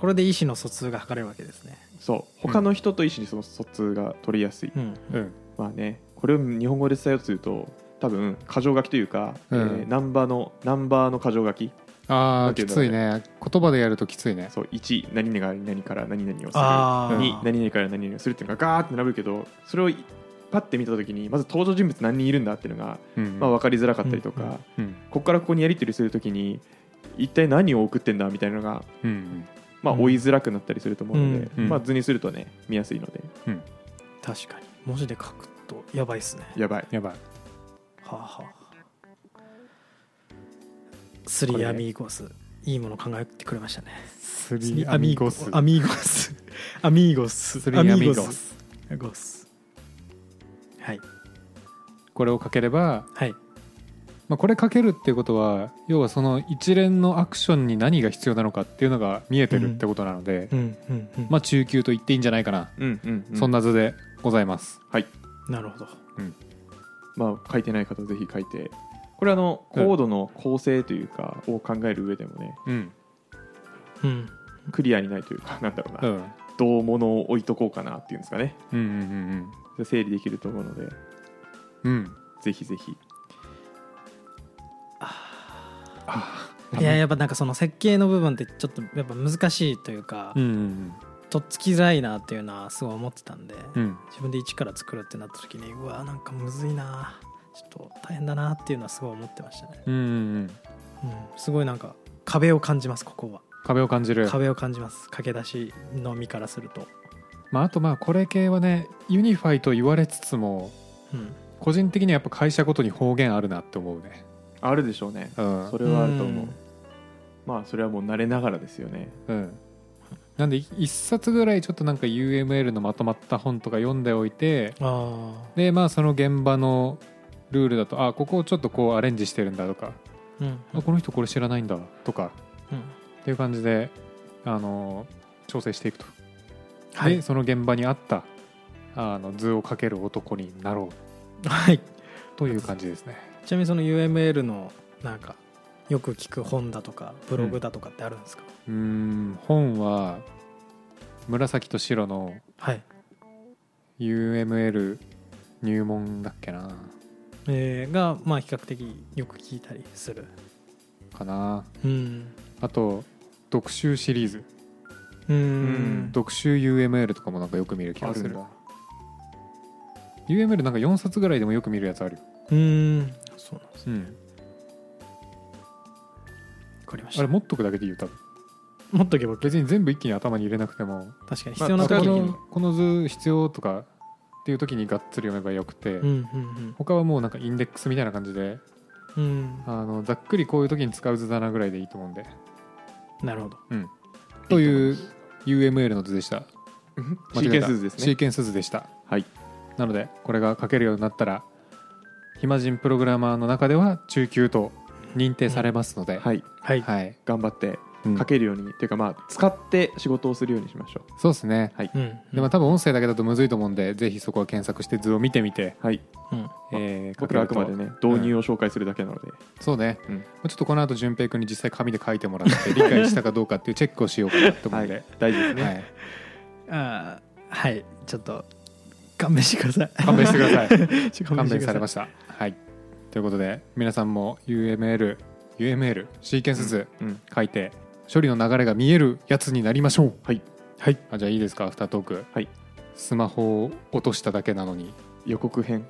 Speaker 2: これで意思の疎通が図れるわけですね
Speaker 3: そう他の人と意思にその疎通が取りやすい、
Speaker 2: うん
Speaker 1: うん
Speaker 3: まあねこれを日本語で伝えようとすると多分箇条書きというか、
Speaker 1: うん
Speaker 3: えーナンバーのナンバーの箇条書き
Speaker 1: あ
Speaker 3: な
Speaker 1: あ
Speaker 3: んてい
Speaker 1: き
Speaker 3: うんだ
Speaker 1: つ
Speaker 3: ろうね
Speaker 1: いね言葉でやるときついね
Speaker 3: そう1何々が何々から何々をする
Speaker 2: あー
Speaker 3: 2何々から何々をするっていうのがガーって並ぶけどそれをパッて見た時にまず登場人物何人いるんだっていうのが、
Speaker 1: うん
Speaker 3: まあ、分かりづらかったりとか、
Speaker 2: うん
Speaker 1: うん
Speaker 3: ここからここにやり取りする時に一体何を送ってんだみたいなのが、
Speaker 1: うん
Speaker 3: まあ、
Speaker 2: うん
Speaker 3: 追いづらくなったりすると思うので、
Speaker 1: うん
Speaker 3: まあ、図にするとね見やすいので
Speaker 2: 確かに文字で書くとやばいっすね
Speaker 3: やばい
Speaker 1: やばい
Speaker 2: はあはあスリーアミーゴス、いいもの考えてくれましたね
Speaker 1: ス
Speaker 2: スリ
Speaker 1: リ
Speaker 2: ー
Speaker 1: ーアミゴス
Speaker 2: アミーゴスアミーゴス
Speaker 1: スリーアミゴス
Speaker 2: アミーゴスはい
Speaker 1: これをかければ、
Speaker 2: はい
Speaker 1: まあ、これかけるっていうことは要はその一連のアクションに何が必要なのかっていうのが見えてるってことなので、
Speaker 2: うんうんうん、
Speaker 1: まあ中級と言っていいんじゃないかな、
Speaker 3: うんうんうん
Speaker 1: そんな図でございます
Speaker 3: はい
Speaker 2: なるほど
Speaker 3: まあ、書いてない方はぜひ書いてこれはあのコードの構成というかを考える上でもね
Speaker 1: うん
Speaker 2: うん
Speaker 3: クリアにないというかなんだろう
Speaker 1: う
Speaker 3: な、
Speaker 1: ん
Speaker 3: どうものを置いとこうかなっていうんですかね
Speaker 1: うんうん
Speaker 3: 整理できると思うので
Speaker 1: うんうん
Speaker 3: ぜひぜひ
Speaker 2: いややっぱなんかその設計の部分ってちょっとやっぱ難しいというか、
Speaker 1: うんうん
Speaker 2: とっつきづらいなっていうのはすごい思ってたんで、
Speaker 1: うんうん
Speaker 2: 自分で一から作るってなった時にうわなんかむずいなちょっと大変だなっていうのはすごい思ってましたね、
Speaker 1: うんうん
Speaker 2: うん、すごいなんか壁を感じますここは
Speaker 1: 壁を感じる、
Speaker 2: 壁を感じます駆け出しの身からすると、
Speaker 1: まあ、あとまあこれ系はねユニファイと言われつつも
Speaker 2: うん、
Speaker 1: 個人的にはやっぱ会社ごとに方言あるなって思うね
Speaker 3: あるでしょうね
Speaker 1: うん
Speaker 3: それはあると思う、
Speaker 2: うん
Speaker 3: まあそれはもう慣れながらですよね
Speaker 1: うん、なんで1冊ぐらいちょっとなんか UML のまとまった本とか読んでおいて
Speaker 2: あ
Speaker 1: でまあその現場のルールだとあここをちょっとこうアレンジしてるんだとか
Speaker 2: あうん
Speaker 1: あこの人これ知らないんだとか
Speaker 2: うん
Speaker 1: っていう感じであの調整していくと、
Speaker 2: は
Speaker 1: で
Speaker 2: い、
Speaker 1: その現場に合ったあの図をかける男になろう
Speaker 2: はい、
Speaker 1: という感じですね
Speaker 2: ちなみにその UML のなんかよく聞く本だとかブログだとかってあるんですか、
Speaker 1: うーん本は紫と白の
Speaker 2: はい、
Speaker 1: UML 入門だっけな
Speaker 2: えーがまあ比較的よく聞いたりする
Speaker 1: かな
Speaker 2: うん
Speaker 1: あと読集シリーズ
Speaker 2: うん
Speaker 3: ん
Speaker 1: 読集 UML とかもなんかよく見る気がする UML なんか4冊ぐらいでもよく見るやつあるよ、
Speaker 2: うんそうなんです
Speaker 1: うん、
Speaker 2: わかりまし
Speaker 1: あ
Speaker 2: た
Speaker 1: れ持っとくだけでいいよ多分
Speaker 2: 持っとけば
Speaker 1: 別に全部一気に頭に入れなくても
Speaker 2: 確かに
Speaker 3: まあ
Speaker 2: 必要な
Speaker 1: こ
Speaker 2: 時に、
Speaker 1: のこの図必要とかっていう時にがっつり読めばよくて、
Speaker 2: うんうん
Speaker 1: 他はもうなんかインデックスみたいな感じで
Speaker 2: うんうん
Speaker 1: あのざっくりこういう時に使う図だなぐらいでいいと思うんで
Speaker 2: なるほど
Speaker 1: という UML の図でした
Speaker 3: うんシ
Speaker 1: 間違えた
Speaker 3: ーケンス図です
Speaker 1: シー
Speaker 3: ね
Speaker 1: ケンス図でした
Speaker 3: はい
Speaker 1: なのでこれが書けるようになったら暇人プログラマーの中では中級と認定されますので、はい
Speaker 3: はい
Speaker 2: はい、
Speaker 3: 頑張って
Speaker 1: うん
Speaker 3: 書けるように、っていうかまあ使って仕事をするようにしましょ
Speaker 1: そうですね
Speaker 2: うん
Speaker 1: でも多分音声だけだとむずいと思うんでぜひそこは検索して図を見てみて、
Speaker 3: うはい
Speaker 2: うん
Speaker 1: えー
Speaker 3: 僕らあ
Speaker 1: 書
Speaker 3: く
Speaker 1: け
Speaker 3: ま
Speaker 1: ると
Speaker 3: でね導入を紹介するだけなので、
Speaker 1: そうね、
Speaker 3: うん
Speaker 1: まあちょっとこの後淳平君に実際紙で書いてもらって理解したかどうかっていうチェックをしようかなと思う ん
Speaker 3: はい
Speaker 1: で、は
Speaker 3: 大事です
Speaker 1: い
Speaker 3: ね、
Speaker 2: あーはいちょっと勘弁してください
Speaker 1: 勘弁してくださ い
Speaker 2: ちょっと
Speaker 1: 勘弁されま
Speaker 2: し
Speaker 1: したはいということで皆さんも UML UML シーケンス図
Speaker 3: うん
Speaker 1: 書いて処理の流れが見えるやつになりましょう
Speaker 3: はい
Speaker 1: はいあじゃあいいですかアフタートーク
Speaker 3: はい
Speaker 1: スマホを落としただけなのに
Speaker 3: 予告編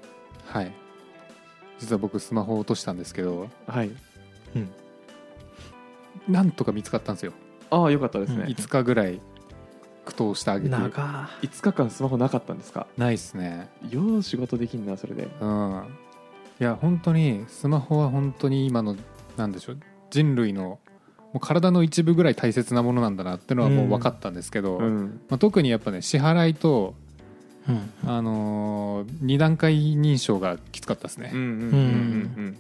Speaker 1: はい実は僕スマホを落としたんですけど
Speaker 3: はい
Speaker 1: なんとか見つかったんですよ
Speaker 3: ああよかったですね、
Speaker 2: うん
Speaker 1: 5日ぐらい苦闘してあげて
Speaker 2: 長か
Speaker 3: 5日間スマホなかったんですか
Speaker 1: ないっすね
Speaker 3: よう仕事できんなそれで
Speaker 1: うんいや本当にスマホは本当に今のなんでしょう人類のもう体の一部ぐらい大切なものなんだなってのはもう分かったんですけど、
Speaker 3: うん
Speaker 1: まあ、特にやっぱね支払いと、
Speaker 2: うん
Speaker 1: あの2段階認証がきつかったですね、
Speaker 3: うんうんうんうん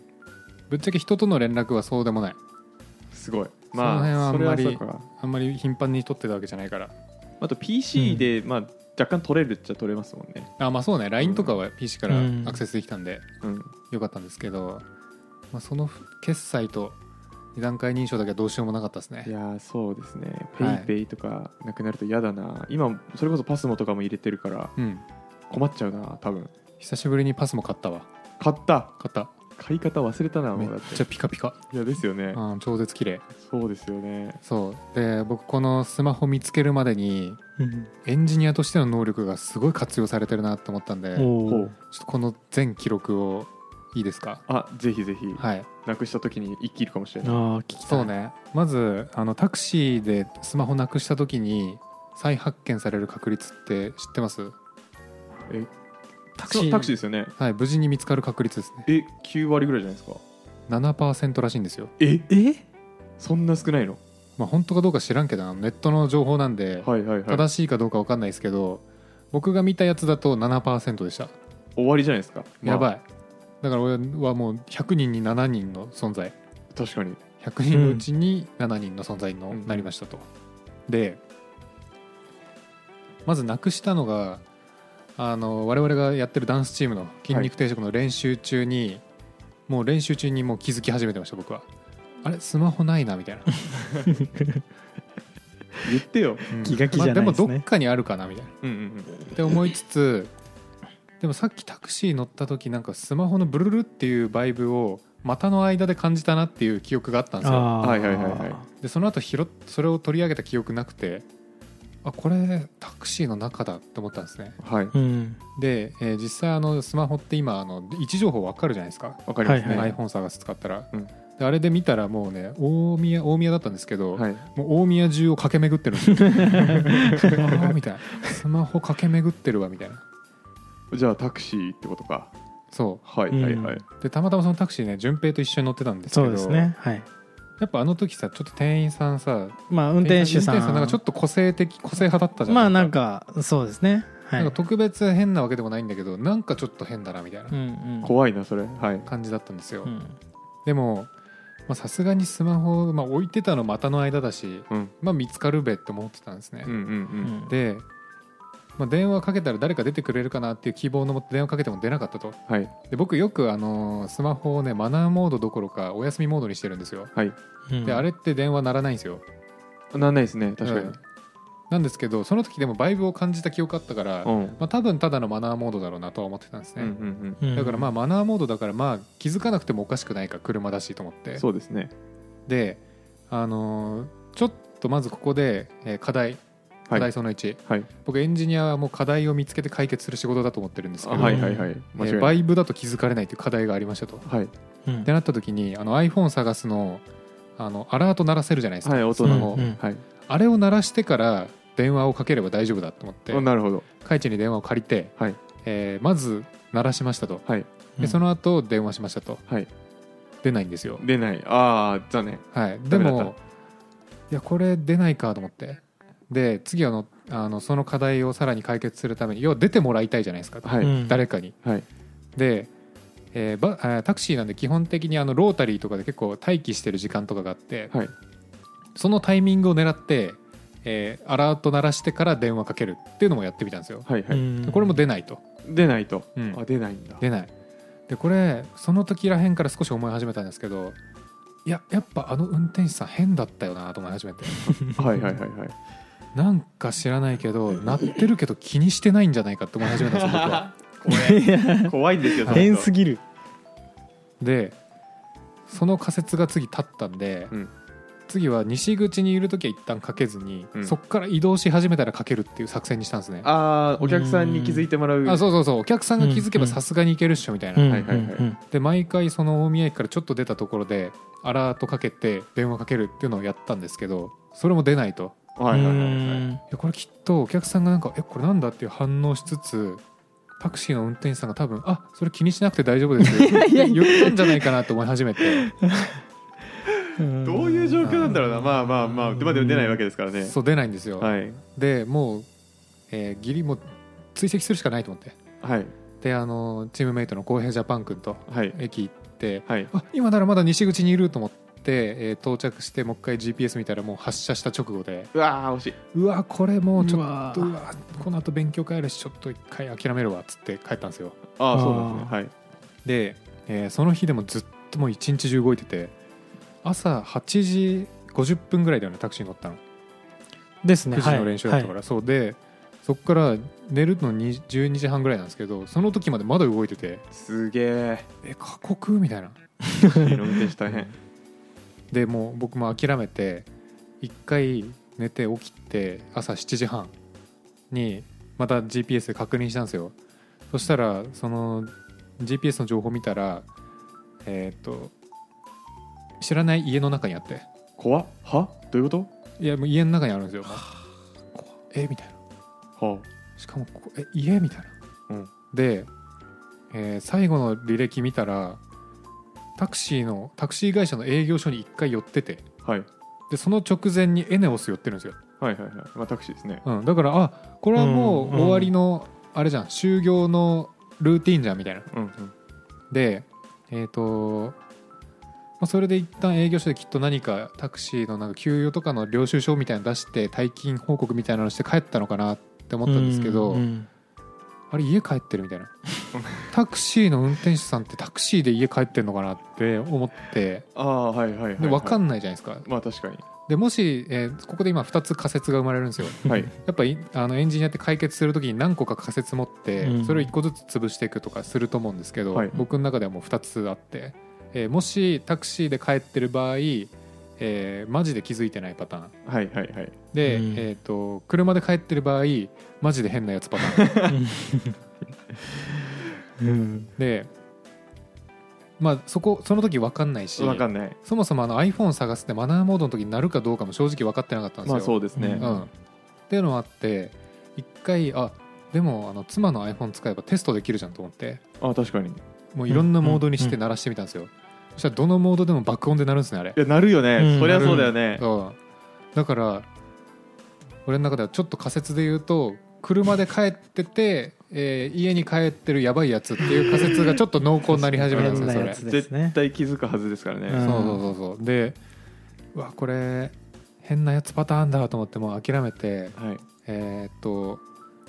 Speaker 1: ぶっちゃけ人との連絡はそうでもない
Speaker 3: すごい
Speaker 1: その辺
Speaker 3: ま
Speaker 1: は
Speaker 3: あ
Speaker 1: あ
Speaker 3: そ
Speaker 1: ん
Speaker 3: れ
Speaker 1: ま
Speaker 3: は
Speaker 1: り
Speaker 3: そうか
Speaker 1: あんまり頻繁に取ってたわけじゃないから
Speaker 3: あと PC でまあ若干取れるっちゃ取れますもんね
Speaker 1: あまあそうね LINE とかは PC から
Speaker 2: うん
Speaker 1: アクセスできたんで
Speaker 3: うん
Speaker 1: よかったんですけど、まあ、その決済と2段階認証だけはどうしようもなかったですね
Speaker 3: いやーそうですね
Speaker 1: はい
Speaker 3: PayPay とかなくなると嫌だな、今それこそパスモとかも入れてるから
Speaker 1: うん
Speaker 3: 困っちゃうな多分
Speaker 1: 久しぶりにパスも買ったわ
Speaker 3: 買った
Speaker 1: 買った
Speaker 3: 買い方忘れたな
Speaker 1: め
Speaker 3: も
Speaker 1: っ
Speaker 3: うだって
Speaker 1: ちゃピカピカ、
Speaker 3: いやですよね
Speaker 1: うん、超絶綺麗
Speaker 3: そうですよね
Speaker 1: そうで僕このスマホ見つけるまでに
Speaker 2: うん
Speaker 1: エンジニアとしての能力がすごい活用されてるなと思ったんでちょっ
Speaker 2: お
Speaker 3: ほ
Speaker 2: ー
Speaker 3: う
Speaker 1: とこの全記録をいいですか
Speaker 3: あぜひぜひ、
Speaker 1: はい
Speaker 3: なくした時に生きるかもしれない
Speaker 2: ああ聞きたい
Speaker 1: そうねまずあのタクシーでスマホなくした時に再発見される確率って知ってます
Speaker 3: え
Speaker 2: タクシ
Speaker 3: そう
Speaker 2: ー
Speaker 3: タクシーですよね
Speaker 1: はい無事に見つかる確率ですね
Speaker 3: え9割ぐらいじゃないですか
Speaker 1: 7%らしいんですよ
Speaker 3: え
Speaker 2: え
Speaker 3: そんな少ないの
Speaker 1: まあ本当かどうか知らんけどなネットの情報なんで
Speaker 3: はいはいはい
Speaker 1: 正しいかどうか分かんないですけど僕が見たやつだと7%でした
Speaker 3: 終わりじゃないですか、
Speaker 1: やば
Speaker 3: い
Speaker 1: いだから俺はもう100人に7人の存在
Speaker 3: 確かに
Speaker 1: 100人のうちに7人の存在になりましたと、でまずなくしたのがあの我々がやってるダンスチームの筋肉定食の練習中に、もう練習中にもう気づき始めてました僕はあれスマホないなみたい な、
Speaker 3: 言ってよ
Speaker 1: うん
Speaker 2: 気が気じゃないで
Speaker 1: まあでも
Speaker 2: すね
Speaker 1: どっかにあるかなみたいな
Speaker 3: うんうん
Speaker 1: って思いつつでもさっきタクシー乗った時なんかスマホのブルルルっていうバイブを股の間で感じたなっていう記憶があったんですよ
Speaker 2: あー
Speaker 3: はいはいはいは
Speaker 1: でその後拾っそれを取り上げた記憶なくてあこれタクシーの中だって思ったんですね
Speaker 3: うんはい
Speaker 2: うん
Speaker 1: で、えー実際あのスマホって今あの位置情報わかるじゃないですか、
Speaker 3: わかりますね
Speaker 2: は
Speaker 3: はいい、
Speaker 1: iPhone 探す使ったら、
Speaker 3: うん
Speaker 1: であれで見たらもうね大宮大宮だったんですけど、もう大宮中を駆け巡ってるんですよ あーみたいなスマホ駆け巡ってるわみたいな
Speaker 3: じゃあタクシーってことか
Speaker 1: そ
Speaker 3: はいはいはい、
Speaker 2: うん
Speaker 1: うでたまたまそのタクシーね順平と一緒に乗ってたんですけ
Speaker 2: そ
Speaker 1: ど
Speaker 2: うですねはい
Speaker 1: やっぱあの時さちょっと店員さんさ
Speaker 2: まあ運転手さん
Speaker 1: 運なんかちょっと個性的個性派だったじゃん
Speaker 2: まあなんかそうですねはい
Speaker 1: なんか特別変なわけでもないんだけどなんかちょっと変だなみたいな
Speaker 2: うんうん
Speaker 3: 怖いなそれはい
Speaker 1: 感じだったんですよ、
Speaker 2: うん
Speaker 1: でもまあさすがにスマホ、まあ、置いてたの股の間だし、
Speaker 3: うん
Speaker 1: まあ、見つかるべって思ってたんですね、
Speaker 3: うんうんうん
Speaker 1: で、まあ、電話かけたら誰か出てくれるかなっていう希望のもと電話かけても出なかったと
Speaker 3: はい
Speaker 1: で僕よく、あのースマホをねマナーモードどころかお休みモードにしてるんですよ
Speaker 3: はい
Speaker 2: うん
Speaker 1: であれって電話鳴らないんですよ
Speaker 3: なんないですね確かに
Speaker 1: うんなんですけどその時でもバイブを感じた記憶あったから、
Speaker 3: うん、
Speaker 1: まあ、多分ただのマナーモードだろうなとは思ってたんです
Speaker 3: う
Speaker 1: ね、
Speaker 3: んうん
Speaker 2: うん
Speaker 1: だからまあマナーモードだからまあ気づかなくてもおかしくないか車だしと思っ
Speaker 3: う
Speaker 1: て
Speaker 3: ん、そうですね
Speaker 1: であのーちょっとまずここで、えー課題課
Speaker 3: はい
Speaker 1: 題その1、
Speaker 3: はい
Speaker 1: 僕エンジニアはもう課題を見つけて解決する仕事だと思ってるんです
Speaker 3: あ
Speaker 1: けど、
Speaker 3: はいはいはい間違
Speaker 1: え
Speaker 3: い
Speaker 1: ー
Speaker 3: な
Speaker 1: バ
Speaker 3: い
Speaker 1: イブだと気づかれないという課題がありましたと。っ
Speaker 3: はい
Speaker 2: うん
Speaker 1: てなった時にあの iPhone 探すのあのアラート鳴らせるじゃないですか、
Speaker 3: はい音の方、
Speaker 2: うんうん
Speaker 3: はい
Speaker 1: あれを鳴らしてから電話をかければ大丈夫だと思って
Speaker 3: おなるほど
Speaker 1: カイチに電話を借りて、
Speaker 3: はい
Speaker 1: えーまず鳴らしましたと
Speaker 3: はい
Speaker 2: うん
Speaker 1: でその後電話しましたと
Speaker 3: はい
Speaker 1: 出ないんですよ
Speaker 3: 出ないああ残念
Speaker 1: はい、で
Speaker 3: ダメだった
Speaker 1: もいやこれ出ないかと思ってで次はあのあのその課題をさらに解決するために要は出てもらいたいじゃないですか、
Speaker 3: はい、
Speaker 2: うん
Speaker 1: 誰かに
Speaker 3: はい
Speaker 1: で、えーばあータクシーなんで基本的にあのロータリーとかで結構待機してる時間とかがあって、
Speaker 3: はい
Speaker 1: そのタイミングを狙って、えーアラート鳴らしてから電話かけるっていうのもやってみたんですよ、
Speaker 3: はいはい、
Speaker 2: うん
Speaker 1: これも出ないと、
Speaker 3: 出ないと、
Speaker 1: うん
Speaker 3: あ出ないんだ
Speaker 1: 出ないでこれその時らへんから少し思い始めたんですけどいややっぱあの運転手さん変だったよなと思い始めて
Speaker 3: はいはいはいはい
Speaker 1: なんか知らないけど鳴ってるけど気にしてないんじゃないかって思い始めたんですよ僕は
Speaker 2: いや
Speaker 3: 怖いんですよ、
Speaker 2: 変すぎる
Speaker 1: でその仮説が次立ったんで、
Speaker 3: うん
Speaker 1: 次は西口にいる時は一旦かけずに、
Speaker 3: うん
Speaker 1: そこから移動し始めたらかけるっていう作戦にしたんですねあ
Speaker 3: ああお客さんに気づいてもらう
Speaker 1: そうそうそうお客さんが気づけば
Speaker 2: うん
Speaker 1: さすがにいけるっしょみたいな、
Speaker 2: うん
Speaker 3: はいはいはい
Speaker 2: うん
Speaker 1: で毎回その大宮駅からちょっと出たところでアラートかけて電話かけるっていうのをやったんですけどそれも出ないと
Speaker 3: はいはいは
Speaker 2: う
Speaker 3: いはい
Speaker 2: ん
Speaker 1: いやこれきっとお客さんがなんか「えこれなんだ?」っていう反応しつつタクシーの運転手さんが多分「あそれ気にしなくて大丈夫ですよ」って言ったんじゃないかなと思い始めて
Speaker 3: どういう状況なんだろうな
Speaker 1: うん
Speaker 3: まあまあまあでまあでも出ないわけですからね
Speaker 1: そう出ないんですよ、
Speaker 3: はい
Speaker 1: でもう、えー、ギリもう追跡するしかないと思って
Speaker 3: はい
Speaker 1: であのチームメイトの浩平ジャパン君と
Speaker 3: はい
Speaker 1: 駅行って
Speaker 3: はい
Speaker 1: あ今ならまだ西口にいると思って、えー到着してもう一回 GPS 見たらもう発車した直後で
Speaker 3: うわー惜しいう
Speaker 1: わこれもうちょ
Speaker 2: う
Speaker 1: っ
Speaker 2: わ
Speaker 1: とうわこの後勉強会あるしちょっと一回諦めるわっつって帰ったんですよ
Speaker 3: ああそうなんですねはい
Speaker 1: で、えーその日でもずっともう一日中動いてて朝8時50分ぐらいだよねタクシーに乗ったの
Speaker 2: ですね
Speaker 1: 9時の練習だったから、そうでそこから寝るのに12時半ぐらいなんですけどその時までまだ動いてて
Speaker 3: すげえ
Speaker 1: え過酷みたいな
Speaker 3: 運転手大変
Speaker 1: でもう僕も諦めて一回寝て起きて朝7時半にまた GPS で確認したんですよそしたらその GPS の情報見たらえーっと知らない家の中にあって
Speaker 3: 怖っはどういうこと
Speaker 1: いやもう家の中にあるんですよえみたいな
Speaker 3: は
Speaker 1: しかもここえ家みたいな、
Speaker 3: うん
Speaker 1: で、えー最後の履歴見たらタクシーのタクシー会社の営業所に1回寄ってて
Speaker 3: あはい
Speaker 1: でその直前にエネオス寄ってるんですよ、
Speaker 3: はいはいはいまあタクシーですね
Speaker 1: うん、だからあこれはも
Speaker 2: うん
Speaker 1: う終わりの、あれじゃん就業のルーティンじゃんみたいな
Speaker 3: うんうん
Speaker 1: でえっ、と、まあ、それで一旦営業所できっと何かタクシーのなんか給与とかの領収書みたいなの出して退勤報告みたいなのして帰ったのかなって思ったんですけど、
Speaker 2: うん
Speaker 1: あれ家帰ってるみたいなタクシーの運転手さんってタクシーで家帰ってんのかなって思って
Speaker 3: ああはいはいはい
Speaker 1: で分か
Speaker 3: ん
Speaker 1: んないじゃないですか
Speaker 3: まあ確かに
Speaker 1: でもし、えーここで今2つ仮説が生まれるんですよ
Speaker 3: はい
Speaker 1: やっぱりあのエンジニアって解決するときに何個か仮説持って、
Speaker 2: うん
Speaker 1: それを1個ずつ潰していくとかすると思うんですけど、
Speaker 3: はい
Speaker 1: 僕の中ではもう2つあって、えーもしタクシーで帰ってる場合、えーマジで気づいてないパターン
Speaker 3: はいはいはい
Speaker 1: で、
Speaker 2: うん
Speaker 1: えー、と車で帰ってる場合マジで変なやつパターン
Speaker 2: うん
Speaker 1: で、まあ、そこその時分かんないし
Speaker 3: 分かんない
Speaker 1: そもそもあの iPhone 探すってマナーモードの時になるかどうかも正直分かってなかったんですよ。
Speaker 3: まあそうですね
Speaker 2: う
Speaker 1: う
Speaker 2: ん
Speaker 1: ん、っていうのもあって一回あでもあの妻の iPhone 使えばテストできるじゃんと思って
Speaker 3: あ確かにい
Speaker 1: もういろんなモードにし
Speaker 2: うんう
Speaker 1: て
Speaker 2: ん
Speaker 1: 鳴らしてみたんですよ、そしたらどのモードでも爆音で鳴るんですねあれ、
Speaker 3: やなるよね、
Speaker 2: うん
Speaker 3: そりゃそうだよね
Speaker 1: うん、だから俺の中ではちょっと仮説で言うと車で帰ってて、えー家に帰ってるやばいやつっていう仮説がちょっと濃厚になり始めたんですねそ
Speaker 2: 変な
Speaker 1: れ
Speaker 2: やつです
Speaker 3: 絶
Speaker 2: ね
Speaker 3: 対気づくはずですからね、
Speaker 2: う
Speaker 1: そ
Speaker 2: ん
Speaker 1: うそうそうそうでうわこれ変なやつパターンだと思ってもう諦めて
Speaker 3: はい
Speaker 1: えーっと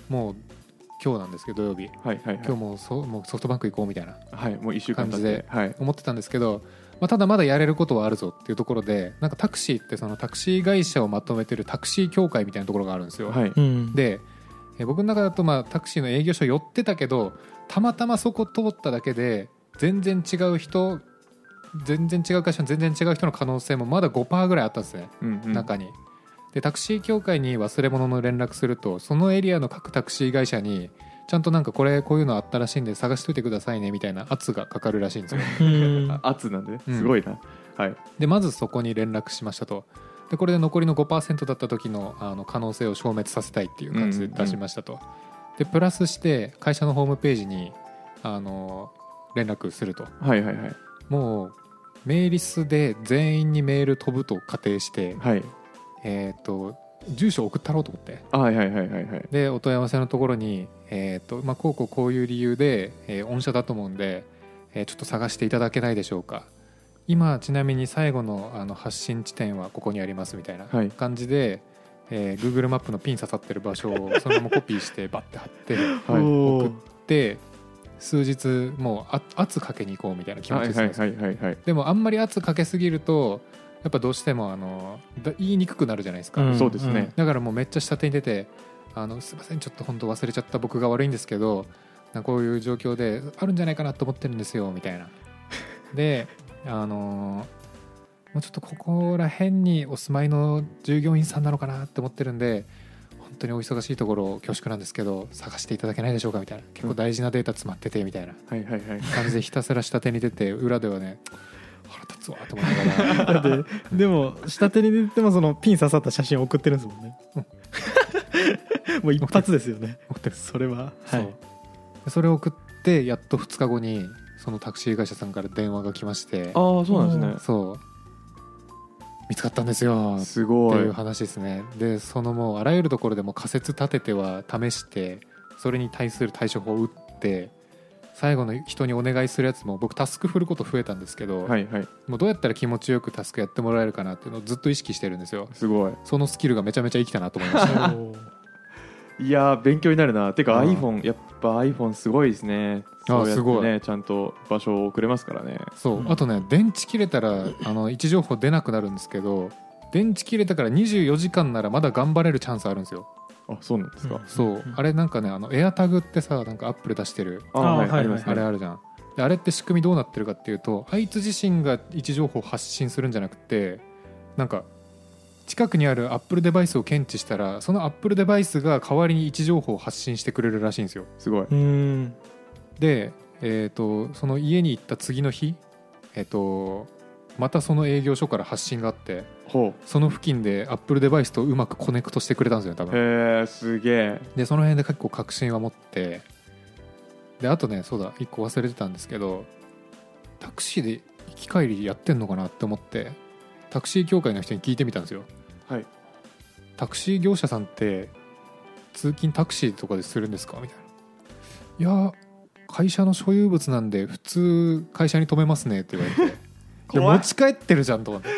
Speaker 1: もう今日なんですけど土曜日
Speaker 3: はいはいはい
Speaker 1: 今日もうそもうソフトバンク行こうみたいな
Speaker 3: はいもう1週間経
Speaker 1: 感
Speaker 3: って
Speaker 1: じで
Speaker 3: はい
Speaker 1: 思ってたんですけど、まあ、ただまだやれることはあるぞっていうところでなんかタクシーってそのタクシー会社をまとめてるタクシー協会みたいなところがあるんですよ。
Speaker 3: はい
Speaker 2: うん
Speaker 1: でえー僕の中だとまあタクシーの営業所寄ってたけどたまたまそこ通っただけで全然違う人全然違う会社の全然違う人の可能性もまだ5%ぐらいあったんですね。
Speaker 3: うんうん
Speaker 1: 中に、でタクシー協会に忘れ物の連絡するとそのエリアの各タクシー会社にちゃんとなんかこれこういうのあったらしいんで探しといてくださいねみたいな圧がかかるらしいんですよ
Speaker 2: うん
Speaker 3: あ圧なんでね
Speaker 1: うん
Speaker 3: すごいな、はい
Speaker 1: でまずそこに連絡しましたとでこれで残りの5%だった時のあの可能性を消滅させたいっていう感じで出しましたと、でプラスして会社のホームページにあの連絡すると
Speaker 3: はいはいはい
Speaker 1: もうメーリスで全員にメール飛ぶと仮定して、
Speaker 3: はい
Speaker 1: えっと住所送ったろうと思って
Speaker 3: あはいはいはいはいはい
Speaker 1: でお問い合わせのところに、えーとまあ、こうこうこういう理由で、えー御社だと思うんで、えーちょっと探していただけないでしょうか今ちなみに最後のあの発信地点はここにありますみたいな
Speaker 3: はい
Speaker 1: 感じで、えー Google マップのピン刺さってる場所 をそのままコピーしてバッて貼って
Speaker 3: はい
Speaker 2: お
Speaker 1: 送
Speaker 2: ー
Speaker 1: って数日もうあ圧かけに行こうみたいな気持ち
Speaker 3: は
Speaker 1: で
Speaker 3: い
Speaker 1: すね、
Speaker 3: はいはいはいはい
Speaker 1: でもあんまり圧かけすぎるとやっぱどうしてもあのだ言いにくくなるじゃないですか、
Speaker 2: ん
Speaker 3: そうですね
Speaker 1: だからもうめっちゃ下手に出て「あのすいませんちょっと本当忘れちゃった僕が悪いんですけどなんかこういう状況であるんじゃないかなと思ってるんですよ」みたいな。であのーもうちょっとここら辺にお住まいの従業員さんなのかなって思ってるんで本当にお忙しいところ恐縮なんですけど探していただけないでしょうかみたいな結構大事なデータ詰まっててみたいな
Speaker 3: はいはいはい
Speaker 1: 感じでひたすら下手に出て裏ではね腹立つわ と思いながら
Speaker 2: だって でも下手に出てもそのピン刺さった写真送ってるんですも んね、もう一発ですよねそれはは
Speaker 1: そうでそれを送ってやっと2日後にそのタクシー会社さんから電話が来まして
Speaker 3: ああそう
Speaker 2: な
Speaker 3: うなんん
Speaker 2: で
Speaker 3: ですす
Speaker 2: ね
Speaker 3: ね
Speaker 1: そう見つかったんですよっ
Speaker 3: す
Speaker 1: て
Speaker 3: ご
Speaker 1: い
Speaker 3: いう
Speaker 1: 話ですねでそのもうあらゆるところでも仮説立てては試してそれに対する対処法を打って最後の人にお願いするやつも僕タスク振ること増えたんですけど、
Speaker 3: はいはい
Speaker 1: もうどうやったら気持ちよくタスクやってもらえるかなっていうのをずっと意識してるんですよ
Speaker 3: すごい
Speaker 1: そのスキルがめちゃめちゃ生きたなと思いました
Speaker 3: いやー勉強になるなてか
Speaker 1: うん
Speaker 3: iPhone やっぱ iPhone すごいですね
Speaker 1: あー
Speaker 3: そうやってね
Speaker 1: すごい
Speaker 3: ちゃんと場所をくれますからね
Speaker 1: そう、
Speaker 2: うん
Speaker 1: あとね電池切れた らあの位置情報出なくなるんですけど電池切れたから24時間ならまだ頑張れるチャンスあるんですよ
Speaker 3: あそうなんですか、
Speaker 2: うん
Speaker 1: そうあれなんかねあのエアタグってさなんかアップル出してる
Speaker 3: あ
Speaker 2: あー
Speaker 3: はい
Speaker 2: はい
Speaker 3: ありますね
Speaker 1: あれあるじゃんであれって仕組みどうなってるかっていうとあいつ自身が位置情報を発信するんじゃなくてなんか近くにあるアップルデバイスを検知したらそのアップルデバイスが代わりに位置情報を発信してくれるらしいんですよ
Speaker 3: すごい
Speaker 2: うん
Speaker 1: で、えー、とその家に行った次の日、えー、とまたその営業所から発信があって
Speaker 3: ほ
Speaker 1: その付近で Apple デバイスとうまくコネクトしてくれたんですよね多
Speaker 3: う
Speaker 1: 分
Speaker 3: へえすげえ
Speaker 1: でその辺で結構確信は持ってであとねそうだ1個忘れてたんですけどタクシーで行き帰りやってんのかなって思ってタクシー協会の人に聞いてみたんですよ
Speaker 3: はい
Speaker 1: タクシー業者さんって通勤タクシーとかでするんですかみたいな「いや会社の所有物なんで普通会社に止めますね」って言われ ていや
Speaker 3: 怖
Speaker 1: 持
Speaker 3: い
Speaker 1: ち帰ってるじゃんと思って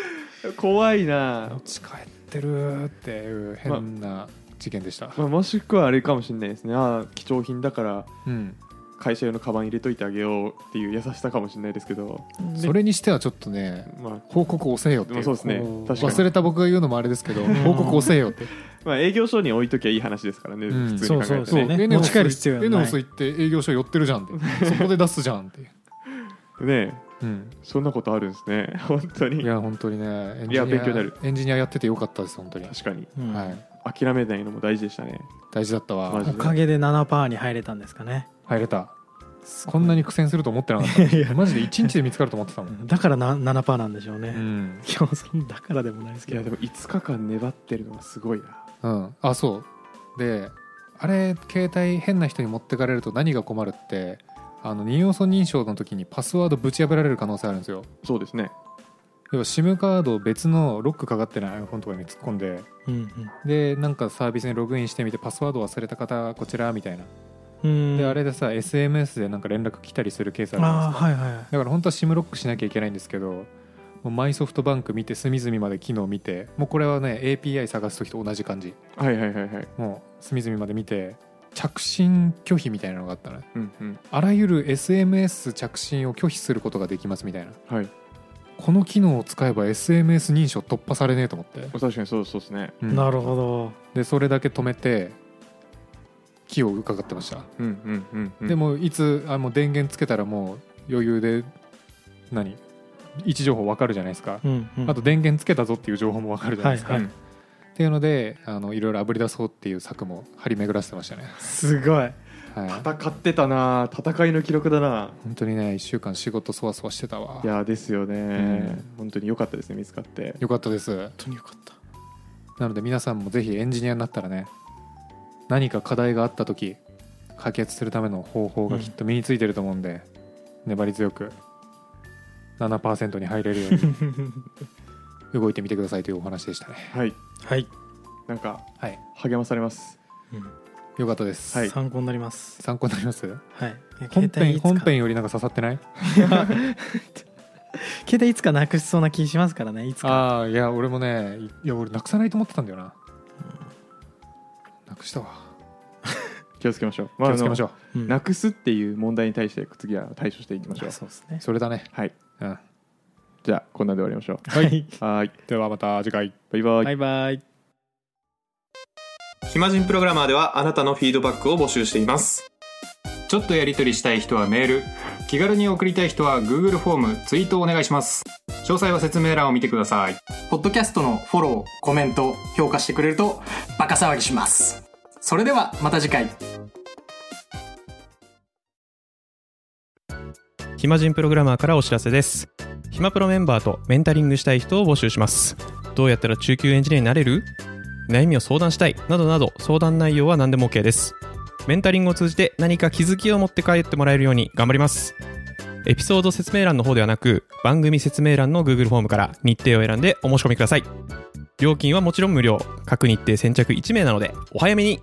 Speaker 3: 怖いな
Speaker 1: 持、ち帰ってるっていう変な事件でした、
Speaker 3: まあ、もしくはあれかもしれないですねあー貴重品だから
Speaker 1: うん、
Speaker 3: 会社用のカバン入れといてあげようっていう優しさかもしれないですけど
Speaker 1: それにしてはちょっとね
Speaker 3: まあ
Speaker 1: 報告遅えよってい
Speaker 3: まあ
Speaker 1: う
Speaker 3: そうですね
Speaker 1: こ
Speaker 3: 確かに
Speaker 1: 忘れた僕が言うのもあれですけど
Speaker 2: ん
Speaker 1: 報告遅えよって
Speaker 3: まあ営業所に置いときゃいい話ですからね、
Speaker 1: うん
Speaker 3: 普通に考えてね
Speaker 2: そうね
Speaker 1: NOS
Speaker 2: 持ち帰る必要ない
Speaker 1: NOS 行って営業所寄ってるじゃんってそこで出すじゃんっていう、
Speaker 3: ね
Speaker 1: うん、
Speaker 3: そんなことあるんですね 本当に
Speaker 1: いや本当にねエンジ
Speaker 3: い
Speaker 1: ニ
Speaker 3: や
Speaker 1: ア
Speaker 3: 勉強になる
Speaker 1: エンジニアやっててよかったです本当に、
Speaker 3: 確かに
Speaker 2: うん
Speaker 1: はい、
Speaker 3: 諦めないのも大事でしたね
Speaker 1: 大事だったわ
Speaker 3: マジ
Speaker 2: おかげで7%に入れたんですかね
Speaker 1: 入れたこんなに苦戦すると思ってなかっ
Speaker 2: いや
Speaker 1: たマジで1日で見つかると思ってたもん、
Speaker 2: だからな7%なんでしょうね、
Speaker 1: うん
Speaker 2: いやそんだからでもないです
Speaker 3: い
Speaker 2: け
Speaker 3: や
Speaker 2: ど
Speaker 3: でも5日間粘ってるのはすごいな
Speaker 1: うん、あそうであれ携帯変な人に持ってかれると何が困るってあの二要素認証の時にパスワードぶち破られる可能性あるんですよ
Speaker 3: そうですね
Speaker 1: 要は SIM カードを別のロックかかってない iPhone とかに突っ込んで
Speaker 2: うん
Speaker 1: でなんかサービスにログインしてみてパスワード忘れた方こちらみたいな
Speaker 2: うん
Speaker 1: であれでさ SMS でなんか連絡来たりするケースあるじゃない
Speaker 2: ああ
Speaker 1: ですか
Speaker 2: はいは
Speaker 1: だから本当は SIM ロックしなきゃいけないんですけどもうマイソフトバンク見て隅々まで機能見てもうこれはね API 探す時と同じ感じ
Speaker 3: はいはいはいはい
Speaker 1: もう隅々まで見て着信拒否みたいなのがあったのね
Speaker 3: うんうん
Speaker 1: あらゆる SMS 着信を拒否することができますみたいな
Speaker 3: はい
Speaker 1: この機能を使えば SMS 認証突破されねえと思って、
Speaker 3: 確かにそうそうですね
Speaker 1: う
Speaker 2: い
Speaker 1: ん
Speaker 2: なるほど
Speaker 1: でそれだけ止めて気を伺ってました、
Speaker 3: うんうんうん、うん、
Speaker 1: でもいつあもう電源つけたらもう余裕で何位置情報わかるじゃないですか、
Speaker 2: うんうん
Speaker 1: あと電源つけたぞっていう情報もわかるじゃないですか、
Speaker 2: はい
Speaker 3: うん
Speaker 1: っていうのであのいろいろあぶり出そうっていう策も張り巡らせてましたね、
Speaker 2: すごい
Speaker 1: はい、
Speaker 3: 戦ってたな戦いの記録だな
Speaker 1: 本当にね1週間仕事そわそわしてたわ
Speaker 3: いやですよね、
Speaker 1: ん
Speaker 3: 本当に良かったですね見つかって
Speaker 1: よかったです
Speaker 2: 本当によかった
Speaker 1: なので皆さんもぜひエンジニアになったらね何か課題があった時解決するための方法がきっと身についてると思うんで、粘り強く7%に入れるように 動いてみてくださいというお話でしたね
Speaker 3: はい
Speaker 2: はい、
Speaker 3: なんか
Speaker 1: はい
Speaker 3: 励まされます
Speaker 1: よかったです、
Speaker 3: はい
Speaker 2: 参考になります
Speaker 1: 参考になります
Speaker 2: はい
Speaker 1: 本
Speaker 2: 携帯
Speaker 1: 編
Speaker 2: いつか
Speaker 1: 本編よりなんか刺さってない
Speaker 2: 携帯いつかなくしそうな気しますからねいつか
Speaker 1: ああいや俺もねいいや俺なくさないと思ってたんだよな、なくしたわ
Speaker 3: 気をつけましょう、
Speaker 1: 気をつけまし
Speaker 3: ょ
Speaker 1: ょう、
Speaker 2: うん
Speaker 3: なくすっていう問題に対して次は対処していきましょう
Speaker 2: あそうですね
Speaker 1: それだね
Speaker 3: はい
Speaker 1: うん
Speaker 3: じゃあこんなんで終わりましょ
Speaker 2: はい、
Speaker 3: うはーい
Speaker 1: ではまた次回
Speaker 3: バイバイ
Speaker 2: バイバイ
Speaker 4: 暇人プログラマーではあなたのフィードバックを募集しています
Speaker 5: ちょっとやり取りしたい人はメール気軽に送りたい人は Google フォームツイートをお願いします詳細は説明欄を見てください
Speaker 6: ポッドキャストのフォロー、コメント、評価してくれるとバカ騒ぎします。それではまた次回。
Speaker 7: 暇人プログラマーからお知らせです暇プロメンバーとメンタリングしたい人を募集しますどうやったら中級エンジニアになれる悩みを相談したいなどなど相談内容は何でも OK ですメンタリングを通じて何か気づきを持って帰ってもらえるように頑張りますエピソード説明欄の方ではなく、番組説明欄の Google フォームから日程を選んでお申し込みください。料金はもちろん無料。各日程先着1名なので、お早めに